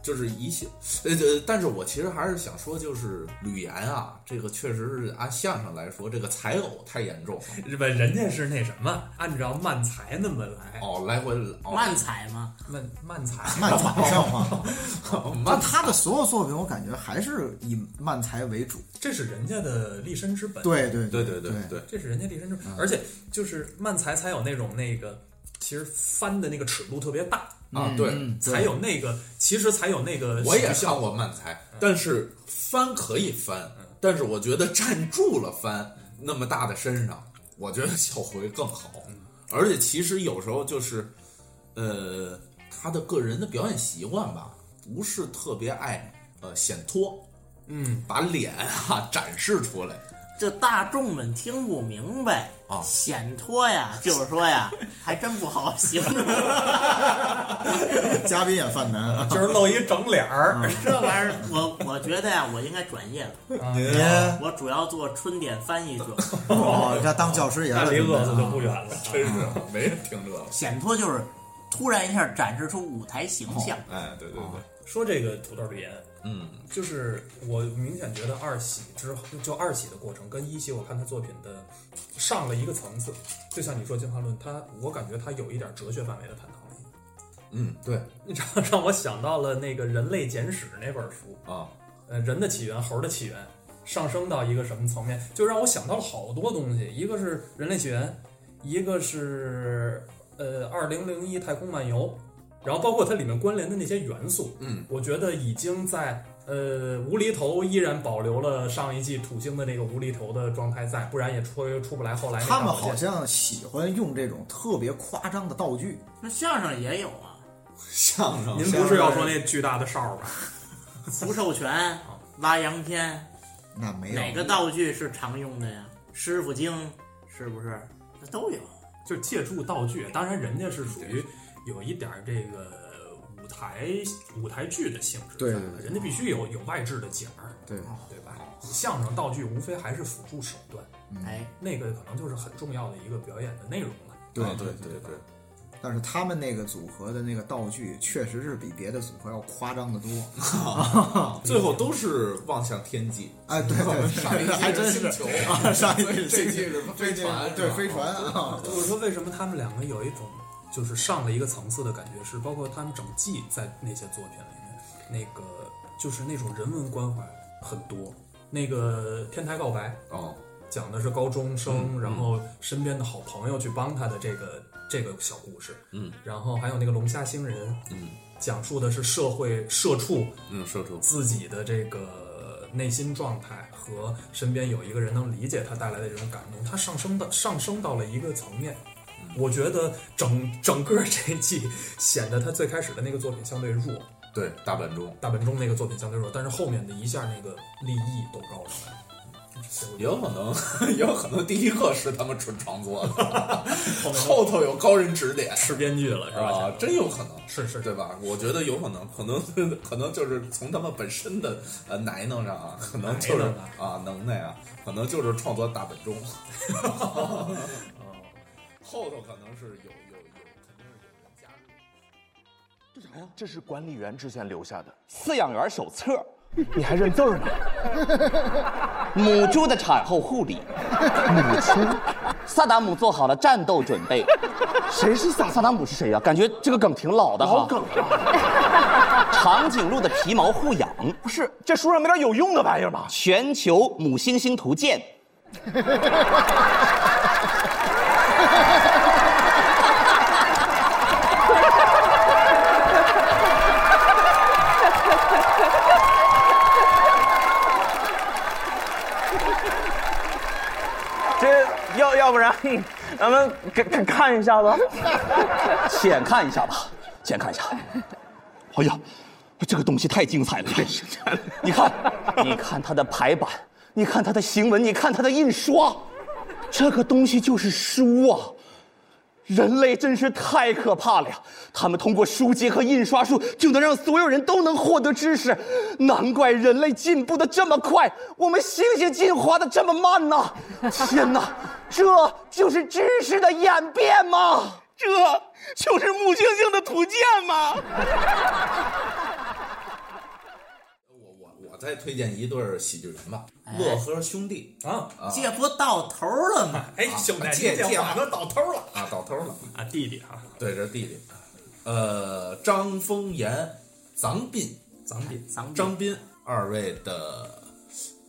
[SPEAKER 2] 就是一些，呃，呃但是我其实还是想说，就是吕岩啊，这个确实是按相声来说，这个才偶太严重了。
[SPEAKER 1] 日本人家是那什么，按照慢才那么来
[SPEAKER 2] 哦，来回哦
[SPEAKER 3] 慢踩吗？
[SPEAKER 1] 慢慢才，哦
[SPEAKER 4] 慢才 上 话，
[SPEAKER 2] 慢
[SPEAKER 4] 就他的所有作品，我感觉还是以慢才为主。
[SPEAKER 1] 这是人家的立身之本。
[SPEAKER 4] 对对
[SPEAKER 2] 对
[SPEAKER 4] 对
[SPEAKER 2] 对对
[SPEAKER 1] 这是人家立身之本，而且就是慢才才有那种那个，其实翻的那个尺度特别大
[SPEAKER 2] 啊对嗯
[SPEAKER 1] 才有那个，其实才有那个。
[SPEAKER 2] 我也看过慢才，
[SPEAKER 1] 哎
[SPEAKER 2] 但是翻可以翻，
[SPEAKER 4] 嗯
[SPEAKER 2] 但是我觉得站住了翻那么大的身上，我觉得小回更好。
[SPEAKER 4] 嗯
[SPEAKER 2] 而且其实有时候就是，呃，他的个人的表演习惯吧，不是特别爱呃显脱，
[SPEAKER 1] 嗯，
[SPEAKER 2] 把脸啊 展示出来。
[SPEAKER 3] 这大众们听不明白
[SPEAKER 2] 啊
[SPEAKER 3] 显脱呀，就是说呀，还真不好形容。
[SPEAKER 4] 嘉宾也犯难，嗯
[SPEAKER 1] 就是露一整脸儿
[SPEAKER 3] 这玩意儿，我我觉得呀，我应该转业了。
[SPEAKER 2] 嗯
[SPEAKER 1] 嗯
[SPEAKER 2] 哎
[SPEAKER 4] 您
[SPEAKER 3] 我主要做春典翻译者。
[SPEAKER 4] 哦，你看当教师也
[SPEAKER 3] 那离
[SPEAKER 1] 饿死就不远了
[SPEAKER 2] 真是
[SPEAKER 1] 嗯
[SPEAKER 4] 嗯
[SPEAKER 2] 没人听这个。
[SPEAKER 3] 显脱就是突然一下展示出舞台形象。哦
[SPEAKER 2] 哎，对对对，
[SPEAKER 1] 说这个土豆儿盐，
[SPEAKER 2] 嗯，
[SPEAKER 1] 就是我明显觉得二喜之后，就二喜的过程跟一喜，我看他作品的上了一个层次。就像你说进化论，他我感觉他有一点哲学范围的探讨了。
[SPEAKER 2] 嗯，对，
[SPEAKER 1] 你知道让我想到了那个《人类简史》那本书
[SPEAKER 2] 啊，
[SPEAKER 1] 呃，人的起源、猴的起源，上升到一个什么层面，就让我想到了好多东西。一个是人类起源，一个是呃二零零一太空漫游，然后包括它里面关联的那些元素，
[SPEAKER 2] 嗯，
[SPEAKER 1] 我觉得已经在呃无厘头依然保留了上一季土星的那个无厘头的状态在，不然也出出不来后来那
[SPEAKER 4] 他们
[SPEAKER 1] 大火箭
[SPEAKER 4] 好像喜欢用这种特别夸张的道具。
[SPEAKER 3] 那相声也有啊，
[SPEAKER 2] 嗯相
[SPEAKER 1] 您不是要说那巨大的哨吧？
[SPEAKER 3] 福寿拳、挖洋片，
[SPEAKER 4] 那没有
[SPEAKER 3] 哪个道具是常用的呀？师傅经是不是？那都有。
[SPEAKER 1] 就是借助道具，当然人家是属于有一点儿这个舞台舞台剧的性质在
[SPEAKER 4] 对
[SPEAKER 1] 的，
[SPEAKER 4] 对对
[SPEAKER 1] 人家必须有有外置的景儿，
[SPEAKER 4] 对
[SPEAKER 3] 哦
[SPEAKER 1] 对吧？相声道具无非还是辅助手段，
[SPEAKER 4] 嗯
[SPEAKER 3] 哎，
[SPEAKER 1] 那个可能就是很重要的一个表演的内容了。
[SPEAKER 4] 啊对
[SPEAKER 2] 对
[SPEAKER 4] 对对。但是他们那个组合的那个道具，确实是比别的组合要夸张的多
[SPEAKER 2] 。最后都是望向天际。
[SPEAKER 4] 哎， 对对对
[SPEAKER 2] 上一季
[SPEAKER 4] 还 真是
[SPEAKER 2] 星球
[SPEAKER 4] 啊上一季
[SPEAKER 2] 所以这季是飞船，
[SPEAKER 4] 对
[SPEAKER 2] 是吧
[SPEAKER 4] 飞船啊
[SPEAKER 1] 就是说，为什么他们两个有一种就是上了一个层次的感觉，是包括他们整季在那些作品里面，那个就是那种人文关怀很多。那个《天台告白》
[SPEAKER 2] 哦，
[SPEAKER 1] 讲的是高中生，
[SPEAKER 2] 嗯
[SPEAKER 1] 然后身边的好朋友去帮他的这个这个小故事。
[SPEAKER 2] 嗯，
[SPEAKER 1] 然后还有那个《龙虾星人》，
[SPEAKER 2] 嗯，
[SPEAKER 1] 讲述的是社会社畜
[SPEAKER 2] 嗯，射出
[SPEAKER 1] 自己的这个内心状态和身边有一个人能理解他带来的这种感动，他上升到上升到了一个层面。
[SPEAKER 2] 嗯
[SPEAKER 1] 我觉得整整个这一季显得他最开始的那个作品相对弱，
[SPEAKER 2] 对大本钟。
[SPEAKER 1] 大本钟那个作品相对弱，但是后面的一下那个立意都高上来了。
[SPEAKER 2] 也有可能， 也有可能第一个是他们纯创作的，
[SPEAKER 1] 面
[SPEAKER 2] 后头有高人指点，
[SPEAKER 1] 是编剧了，
[SPEAKER 2] 是吧？啊，真有可能，
[SPEAKER 1] 是是，
[SPEAKER 2] 对吧？我觉得有可能，可能可能就是从他们本身的呃奶能上啊，可能就是
[SPEAKER 1] 奶能啊
[SPEAKER 2] 啊能耐啊，可能就是创作大本钟，后头可能是有有有，肯定是有人加入。
[SPEAKER 5] 这啥呀？这是管理员之前留下的饲养员手册， 你还认字儿呢？ 母猪的产后护理， 母亲，萨达姆做好了战斗准备。谁是萨萨达姆是谁呀、感觉这个梗挺老的哈。老梗了。长颈鹿的皮毛护养，不是这书上没点有用的玩意儿吧？全球母猩猩图鉴，
[SPEAKER 13] 这 要要不然咱们看看看一下吧。
[SPEAKER 5] 浅看一下吧。先看一下。哎呀，这个东西太精彩了！你看， 你看它的排版，你看它的行文，你看它的印刷，这个东西就是书啊！人类真是太可怕了呀！他们通过书籍和印刷术，就能让所有人都能获得知识，难怪人类进步的这么快，我们猩猩进化的这么慢呐、天哪，这就是知识的演变吗？
[SPEAKER 10] 这就是木星星的图鉴吗？
[SPEAKER 6] 我再推荐一对儿喜剧人吧，乐呵兄弟啊啊
[SPEAKER 3] 这哎不到头了吗？
[SPEAKER 6] 哎兄
[SPEAKER 2] 啊
[SPEAKER 6] 弟借借话
[SPEAKER 2] 那到头了啊，到头了
[SPEAKER 1] 啊，弟弟啊，
[SPEAKER 2] 对，这是弟弟，呃，张丰岩、臧斌、
[SPEAKER 1] 臧斌、
[SPEAKER 2] 张张斌二位的，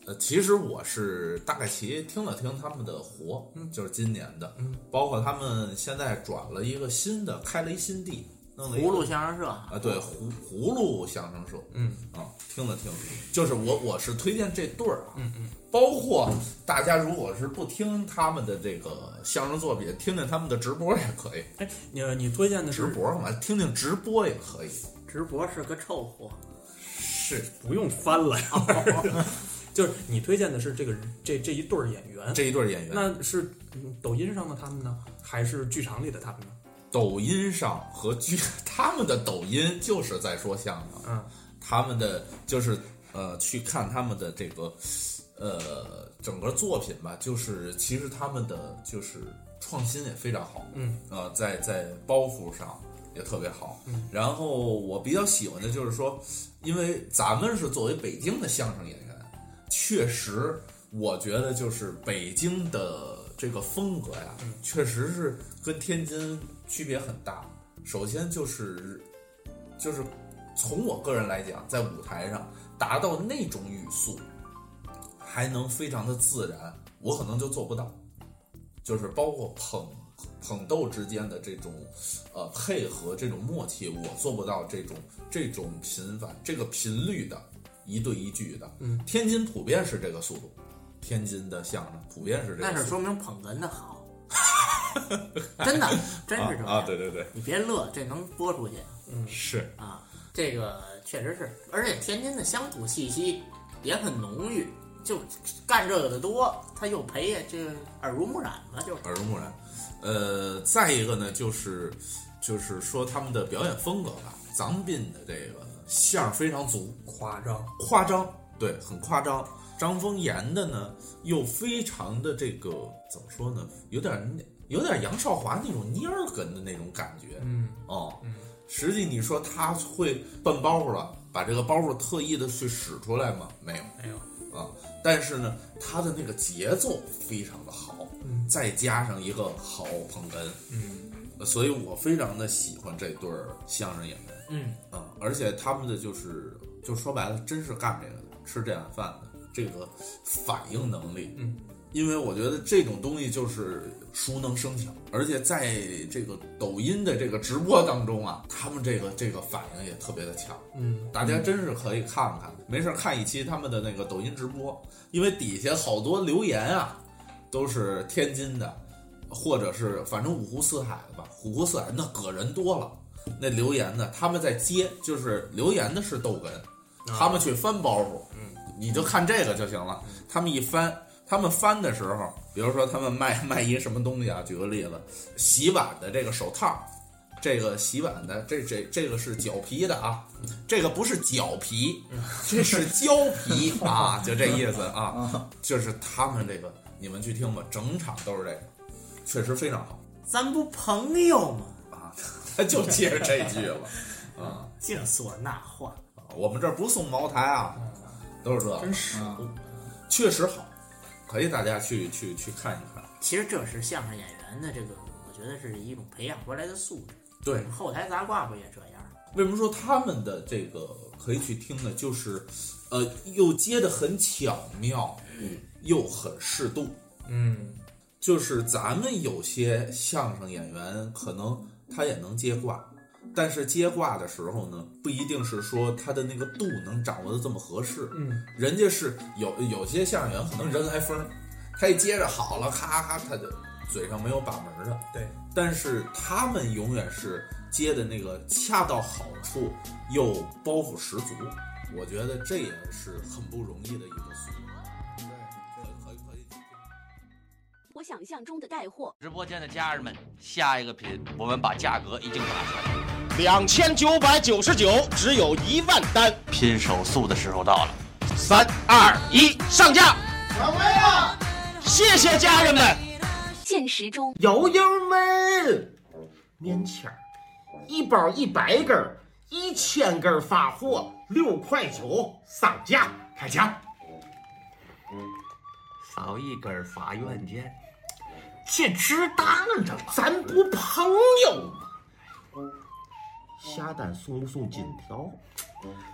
[SPEAKER 2] 呃，其实我是大概齐听了听他们的活，嗯，就是今年的，嗯，包括他们现在转了一个新的，开了一新地，弄了一个
[SPEAKER 3] 葫芦相声社
[SPEAKER 2] 啊，对，葫葫芦相声社，
[SPEAKER 1] 嗯
[SPEAKER 2] 啊，听了听，就是我我是推荐这对儿啊，嗯嗯，包括大家如果是不听他们的这个相声作品，听听他们的直播也可以，
[SPEAKER 1] 哎，你你推荐的
[SPEAKER 2] 直播嘛，听听直播也可以，
[SPEAKER 3] 直播是个臭货，
[SPEAKER 2] 是
[SPEAKER 1] 不用翻了， 就是你推荐的是这个这这一对儿演员，
[SPEAKER 2] 这一对儿演员
[SPEAKER 1] 那是嗯抖音上的他们呢，还是剧场里的他们呢？
[SPEAKER 2] 抖音上和剧，他们的抖音就是在说相声，
[SPEAKER 1] 嗯，
[SPEAKER 2] 他们的就是呃，去看他们的这个呃整个作品吧，就是其实他们的就是创新也非常好，
[SPEAKER 1] 嗯，
[SPEAKER 2] 呃，在在包袱上也特别好，嗯，然后我比较喜欢的就是说，因为咱们是作为北京的相声演员，确实我觉得就是北京的这个风格呀，确实是跟天津区别很大。首先就是就是从我个人来讲，在舞台上达到那种语速，还能非常的自然，我可能就做不到。就是包括捧捧逗之间的这种呃配合、这种默契，我做不到这种这种频繁、这个频率的一对一句的。
[SPEAKER 1] 嗯，
[SPEAKER 2] 天津普遍是这个速度，天津的相声普遍是这个速度。
[SPEAKER 3] 那是说明捧哏的好，真 的，真是这样
[SPEAKER 2] 啊啊！对对对，
[SPEAKER 3] 你别乐，这能播出去
[SPEAKER 1] 嗯，
[SPEAKER 2] 是
[SPEAKER 3] 啊。这个确实是，而且天津的乡土气息也很浓郁，就干这个的多，他又培养这耳濡目染嘛，就
[SPEAKER 2] 耳濡目染。呃，再一个呢，就是就是说他们的表演风格吧，咱斌的这个相儿非常足，
[SPEAKER 1] 夸张，
[SPEAKER 2] 夸张，对，很夸张。张丰岩的呢，又非常的这个怎么说呢，有点有点杨少华那种蔫儿根的那种感觉，
[SPEAKER 1] 嗯
[SPEAKER 2] 哦，实际你说他会奔包袱了，把这个包袱特意的去使出来吗？没有，
[SPEAKER 1] 没有
[SPEAKER 2] 啊。但是呢，他的那个节奏非常的好，
[SPEAKER 1] 嗯
[SPEAKER 2] 再加上一个好捧哏，
[SPEAKER 1] 嗯
[SPEAKER 2] 呃所以我非常的喜欢这对儿相声演员
[SPEAKER 1] 嗯
[SPEAKER 2] 啊，而且他们的就是就说白了，真是干这个的，吃这碗饭的，这个反应能力，
[SPEAKER 1] 嗯，
[SPEAKER 2] 因为我觉得这种东西就是熟能生巧，而且在这个抖音的这个直播当中啊，他们这个这个反应也特别的强，
[SPEAKER 1] 嗯，
[SPEAKER 2] 大家真是可以看看，没事儿看一期他们的那个抖音直播，因为底下好多留言啊，都是天津的，或者是反正五湖四海的吧，五湖四海那可人多了。那留言呢，他们在接，就是留言的是逗哏，他们去翻包袱，
[SPEAKER 1] 嗯，
[SPEAKER 2] 你就看这个就行了。他们一翻，他们翻的时候，比如说他们卖 卖一什么东西啊，举个例子，洗碗的这个手套，这个洗碗的这这这个是脚皮的啊，这个不是脚皮，这是胶皮啊，就这意思啊， 就是他们这个，你们去听吧，整场都是这个，确实非常好，
[SPEAKER 3] 咱不朋友吗？
[SPEAKER 2] 啊他就接着这句了啊。
[SPEAKER 3] 净说那话，
[SPEAKER 2] 我们这儿不送茅台啊，都是这，嗯
[SPEAKER 1] 真是，
[SPEAKER 2] 确实好，可以大家去去去看一看。
[SPEAKER 3] 其实这是相声演员的这个，我觉得是一种培养回来的素质。
[SPEAKER 2] 对，
[SPEAKER 3] 后台杂挂不也这样？
[SPEAKER 2] 为什么说他们的这个可以去听呢？就是，呃，又接的很巧妙，
[SPEAKER 3] 嗯
[SPEAKER 2] 又很适度。
[SPEAKER 1] 嗯
[SPEAKER 2] 就是咱们有些相声演员可能他也能接挂，但是接挂的时候呢，不一定是说他的那个度能掌握的这么合适。
[SPEAKER 1] 嗯，
[SPEAKER 2] 人家是有有些相声演员可能人来疯儿，他一接着好了，咔咔他就嘴上没有把门的，
[SPEAKER 1] 对，
[SPEAKER 2] 但是他们永远是接的那个恰到好处又包袱十足，我觉得这也是很不容易的一个速度。
[SPEAKER 18] 我想象中的带货。
[SPEAKER 19] 直播间的家人们，下一个品我们把价格已经打出来了，
[SPEAKER 5] 两千九百九十九，只有一万单，
[SPEAKER 19] 拼手速的时候到了。
[SPEAKER 5] 三二一，上架！
[SPEAKER 15] 掌柜的，
[SPEAKER 5] 谢谢家人们。
[SPEAKER 18] 现实中，
[SPEAKER 20] 友友们，棉签儿，一包一百根儿，一千根儿发货，六块九上架，开抢！
[SPEAKER 19] 少一根发愿剑，
[SPEAKER 20] 这值当着，咱不朋友吗？下单送不送金条？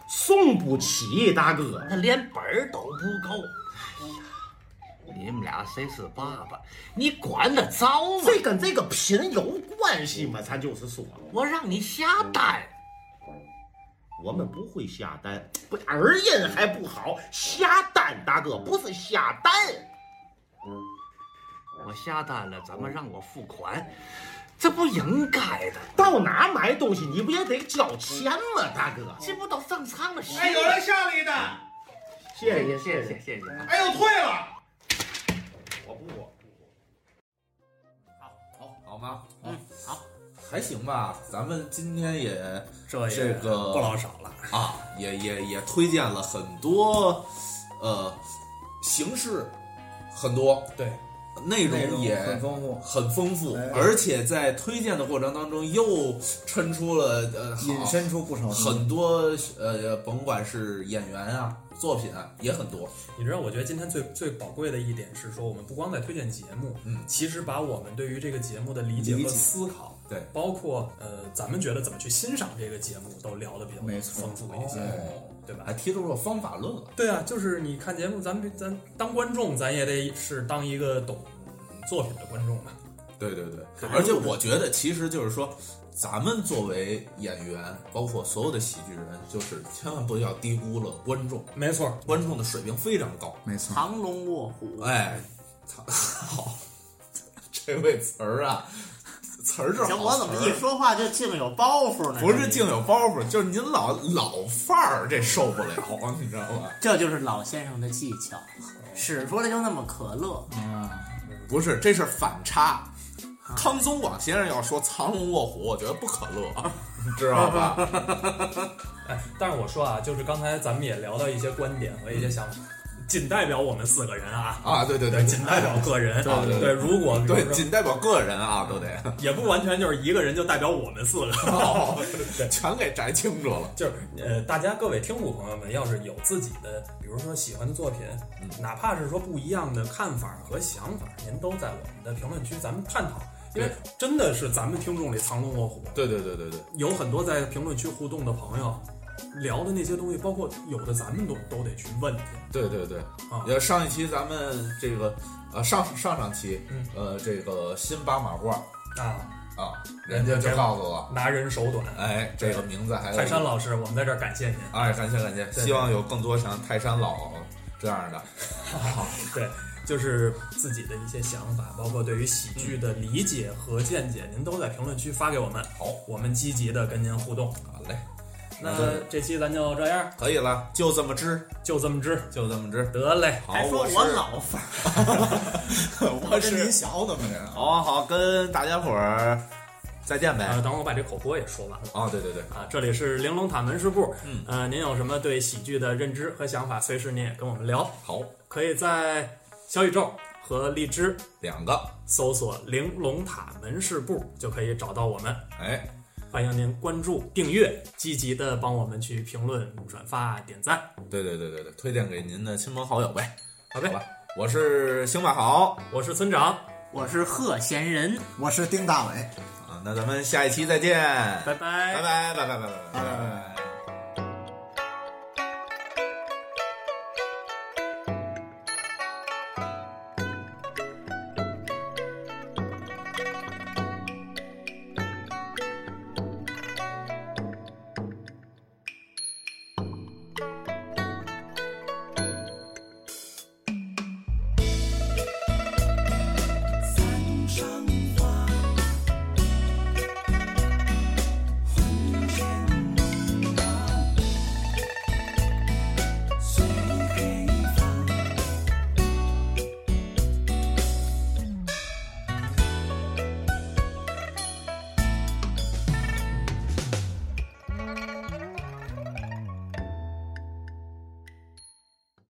[SPEAKER 20] 送不起，大哥，
[SPEAKER 19] 那连本儿都不够。哎你们俩谁是爸爸？你管得着吗？
[SPEAKER 20] 这跟这个品有关系吗？咱就是说，
[SPEAKER 19] 我让你下单，
[SPEAKER 20] 我们不会下单，不耳音还不好。下单，大哥，不是下单。
[SPEAKER 19] 我下单了，
[SPEAKER 20] 嗯
[SPEAKER 19] 怎么让我付款？这不应该的。
[SPEAKER 20] 到哪买东西你不也得交钱吗，大哥？
[SPEAKER 19] 这不都正常的事？
[SPEAKER 15] 哎，有人上了一单，
[SPEAKER 20] 谢谢
[SPEAKER 19] 谢谢谢谢。啊
[SPEAKER 15] 哎呦，退了。
[SPEAKER 6] 我不我
[SPEAKER 3] 好，
[SPEAKER 6] 好，好吗？
[SPEAKER 3] 嗯，好，
[SPEAKER 2] 还行吧，咱们今天也
[SPEAKER 1] 这也
[SPEAKER 2] 这个
[SPEAKER 1] 不老少了
[SPEAKER 2] 啊，也也也推荐了很多，呃，形式很多，
[SPEAKER 1] 对，
[SPEAKER 2] 内
[SPEAKER 1] 内容
[SPEAKER 2] 容也
[SPEAKER 1] 很丰
[SPEAKER 2] 富，很丰富
[SPEAKER 1] 哎，
[SPEAKER 2] 而且在推荐的过程当中又抻出了呃，好
[SPEAKER 1] 引申出不少东西
[SPEAKER 2] 很多呃，甭管是演员啊。作品啊也很多，
[SPEAKER 1] 你知道，我觉得今天最最宝贵的一点是说，我们不光在推荐节目，
[SPEAKER 2] 嗯，
[SPEAKER 1] 其实把我们对于这个节目的理解
[SPEAKER 2] 理
[SPEAKER 1] 和
[SPEAKER 2] 解
[SPEAKER 1] 思考，
[SPEAKER 2] 对，
[SPEAKER 1] 包括呃，咱们觉得怎么去欣赏这个节目，都聊得比较丰富一些，
[SPEAKER 2] 哦
[SPEAKER 1] 对吧？
[SPEAKER 2] 还提出了方法论了。
[SPEAKER 1] 对啊，就是你看节目，咱们咱当观众，咱也得是当一个懂作品的观众嘛。
[SPEAKER 2] 对对对
[SPEAKER 1] 对，
[SPEAKER 2] 而且我觉得其实就是说，咱们作为演员，包括所有的喜剧人，就是千万不要低估了观众。
[SPEAKER 1] 没错，
[SPEAKER 2] 观众的水平非常高。
[SPEAKER 4] 没
[SPEAKER 3] 藏龙卧虎。
[SPEAKER 2] 哎，操， 好，这位词儿啊，词儿是好词
[SPEAKER 3] 行，
[SPEAKER 2] 儿
[SPEAKER 3] 我怎么一说话就净有包袱呢？
[SPEAKER 2] 不是净有包袱，就是您老老范儿，这受不了，啊你知道吗？
[SPEAKER 3] 这就是老先生的技巧，使出来就那么可乐。
[SPEAKER 2] 不是，这是反差。康松广先生要说藏龙卧虎，我觉得不可乐， 知道吧？
[SPEAKER 1] 哎，但是我说啊，就是刚才咱们也聊到一些观点和一些想法，仅代表我们四个人啊
[SPEAKER 2] 嗯啊，对 对对，
[SPEAKER 1] 仅代表个人，
[SPEAKER 2] 啊对
[SPEAKER 1] 对，如果比如
[SPEAKER 2] 对
[SPEAKER 1] 说
[SPEAKER 2] 仅代表个人啊，都得
[SPEAKER 1] 也不完全就是一个人就代表我们四个，
[SPEAKER 2] 哦 全给摘清楚了。
[SPEAKER 1] 就是呃，大家各位听众朋友们，要是有自己的，比如说喜欢的作品，
[SPEAKER 2] 嗯
[SPEAKER 1] 哪怕是说不一样的看法和想法，您都在我们的评论区咱们探讨，因为真的是咱们听众里藏龙卧虎，啊
[SPEAKER 2] 对对对对对，
[SPEAKER 1] 有很多在评论区互动的朋友聊的那些东西，包括有的咱们都都得去问去。
[SPEAKER 2] 对对对，
[SPEAKER 1] 啊
[SPEAKER 2] 呃，上一期咱们这个呃上上上期，
[SPEAKER 1] 嗯
[SPEAKER 2] 呃，这个新巴马褂
[SPEAKER 1] 啊
[SPEAKER 2] 啊，人家就告诉我，
[SPEAKER 1] 拿人手短，
[SPEAKER 2] 哎，这个名字还有
[SPEAKER 1] 泰山老师，我们在这儿感谢您，
[SPEAKER 2] 哎，感谢感谢，
[SPEAKER 1] 对
[SPEAKER 2] 希望有更多像泰山老这样的，
[SPEAKER 1] 对，就是自己的一些想法，包括对于喜剧的理解和见解，您都在评论区发给我们。
[SPEAKER 2] 好，
[SPEAKER 1] 我们积极的跟您互动。
[SPEAKER 2] 好嘞，
[SPEAKER 1] 那
[SPEAKER 2] 嗯
[SPEAKER 1] 这期咱就这样，
[SPEAKER 2] 可以了，就这么支，
[SPEAKER 1] 就这么支，
[SPEAKER 2] 就这么支，
[SPEAKER 1] 得嘞。
[SPEAKER 2] 好，
[SPEAKER 3] 还说
[SPEAKER 2] 是
[SPEAKER 3] 我老范儿，
[SPEAKER 2] 我是您
[SPEAKER 1] 小怎么人？
[SPEAKER 2] 好啊好，跟大家伙儿再见呗。
[SPEAKER 1] 啊，等会儿我把这口播也说完了。
[SPEAKER 2] 啊，对对对，
[SPEAKER 1] 啊，这里是玲珑塔门市部。
[SPEAKER 2] 嗯，
[SPEAKER 1] 呃，您有什么对喜剧的认知和想法，随时您也跟我们聊。
[SPEAKER 2] 好，
[SPEAKER 1] 可以在小宇宙和荔枝
[SPEAKER 2] 两个
[SPEAKER 1] 搜索“玲珑塔门市部”就可以找到我们。
[SPEAKER 2] 哎，
[SPEAKER 1] 欢迎您关注、订阅，积极的帮我们去评论、转发、点赞。
[SPEAKER 2] 对对对对对，推荐给您的亲朋好友呗。
[SPEAKER 1] 好呗，
[SPEAKER 2] 我是星马豪
[SPEAKER 1] 我是村长，
[SPEAKER 3] 我是贺闲人，
[SPEAKER 4] 我是丁大伟。
[SPEAKER 2] 啊，那咱们下一期再见，
[SPEAKER 1] 拜拜，
[SPEAKER 2] 拜拜，拜拜，拜拜，拜拜。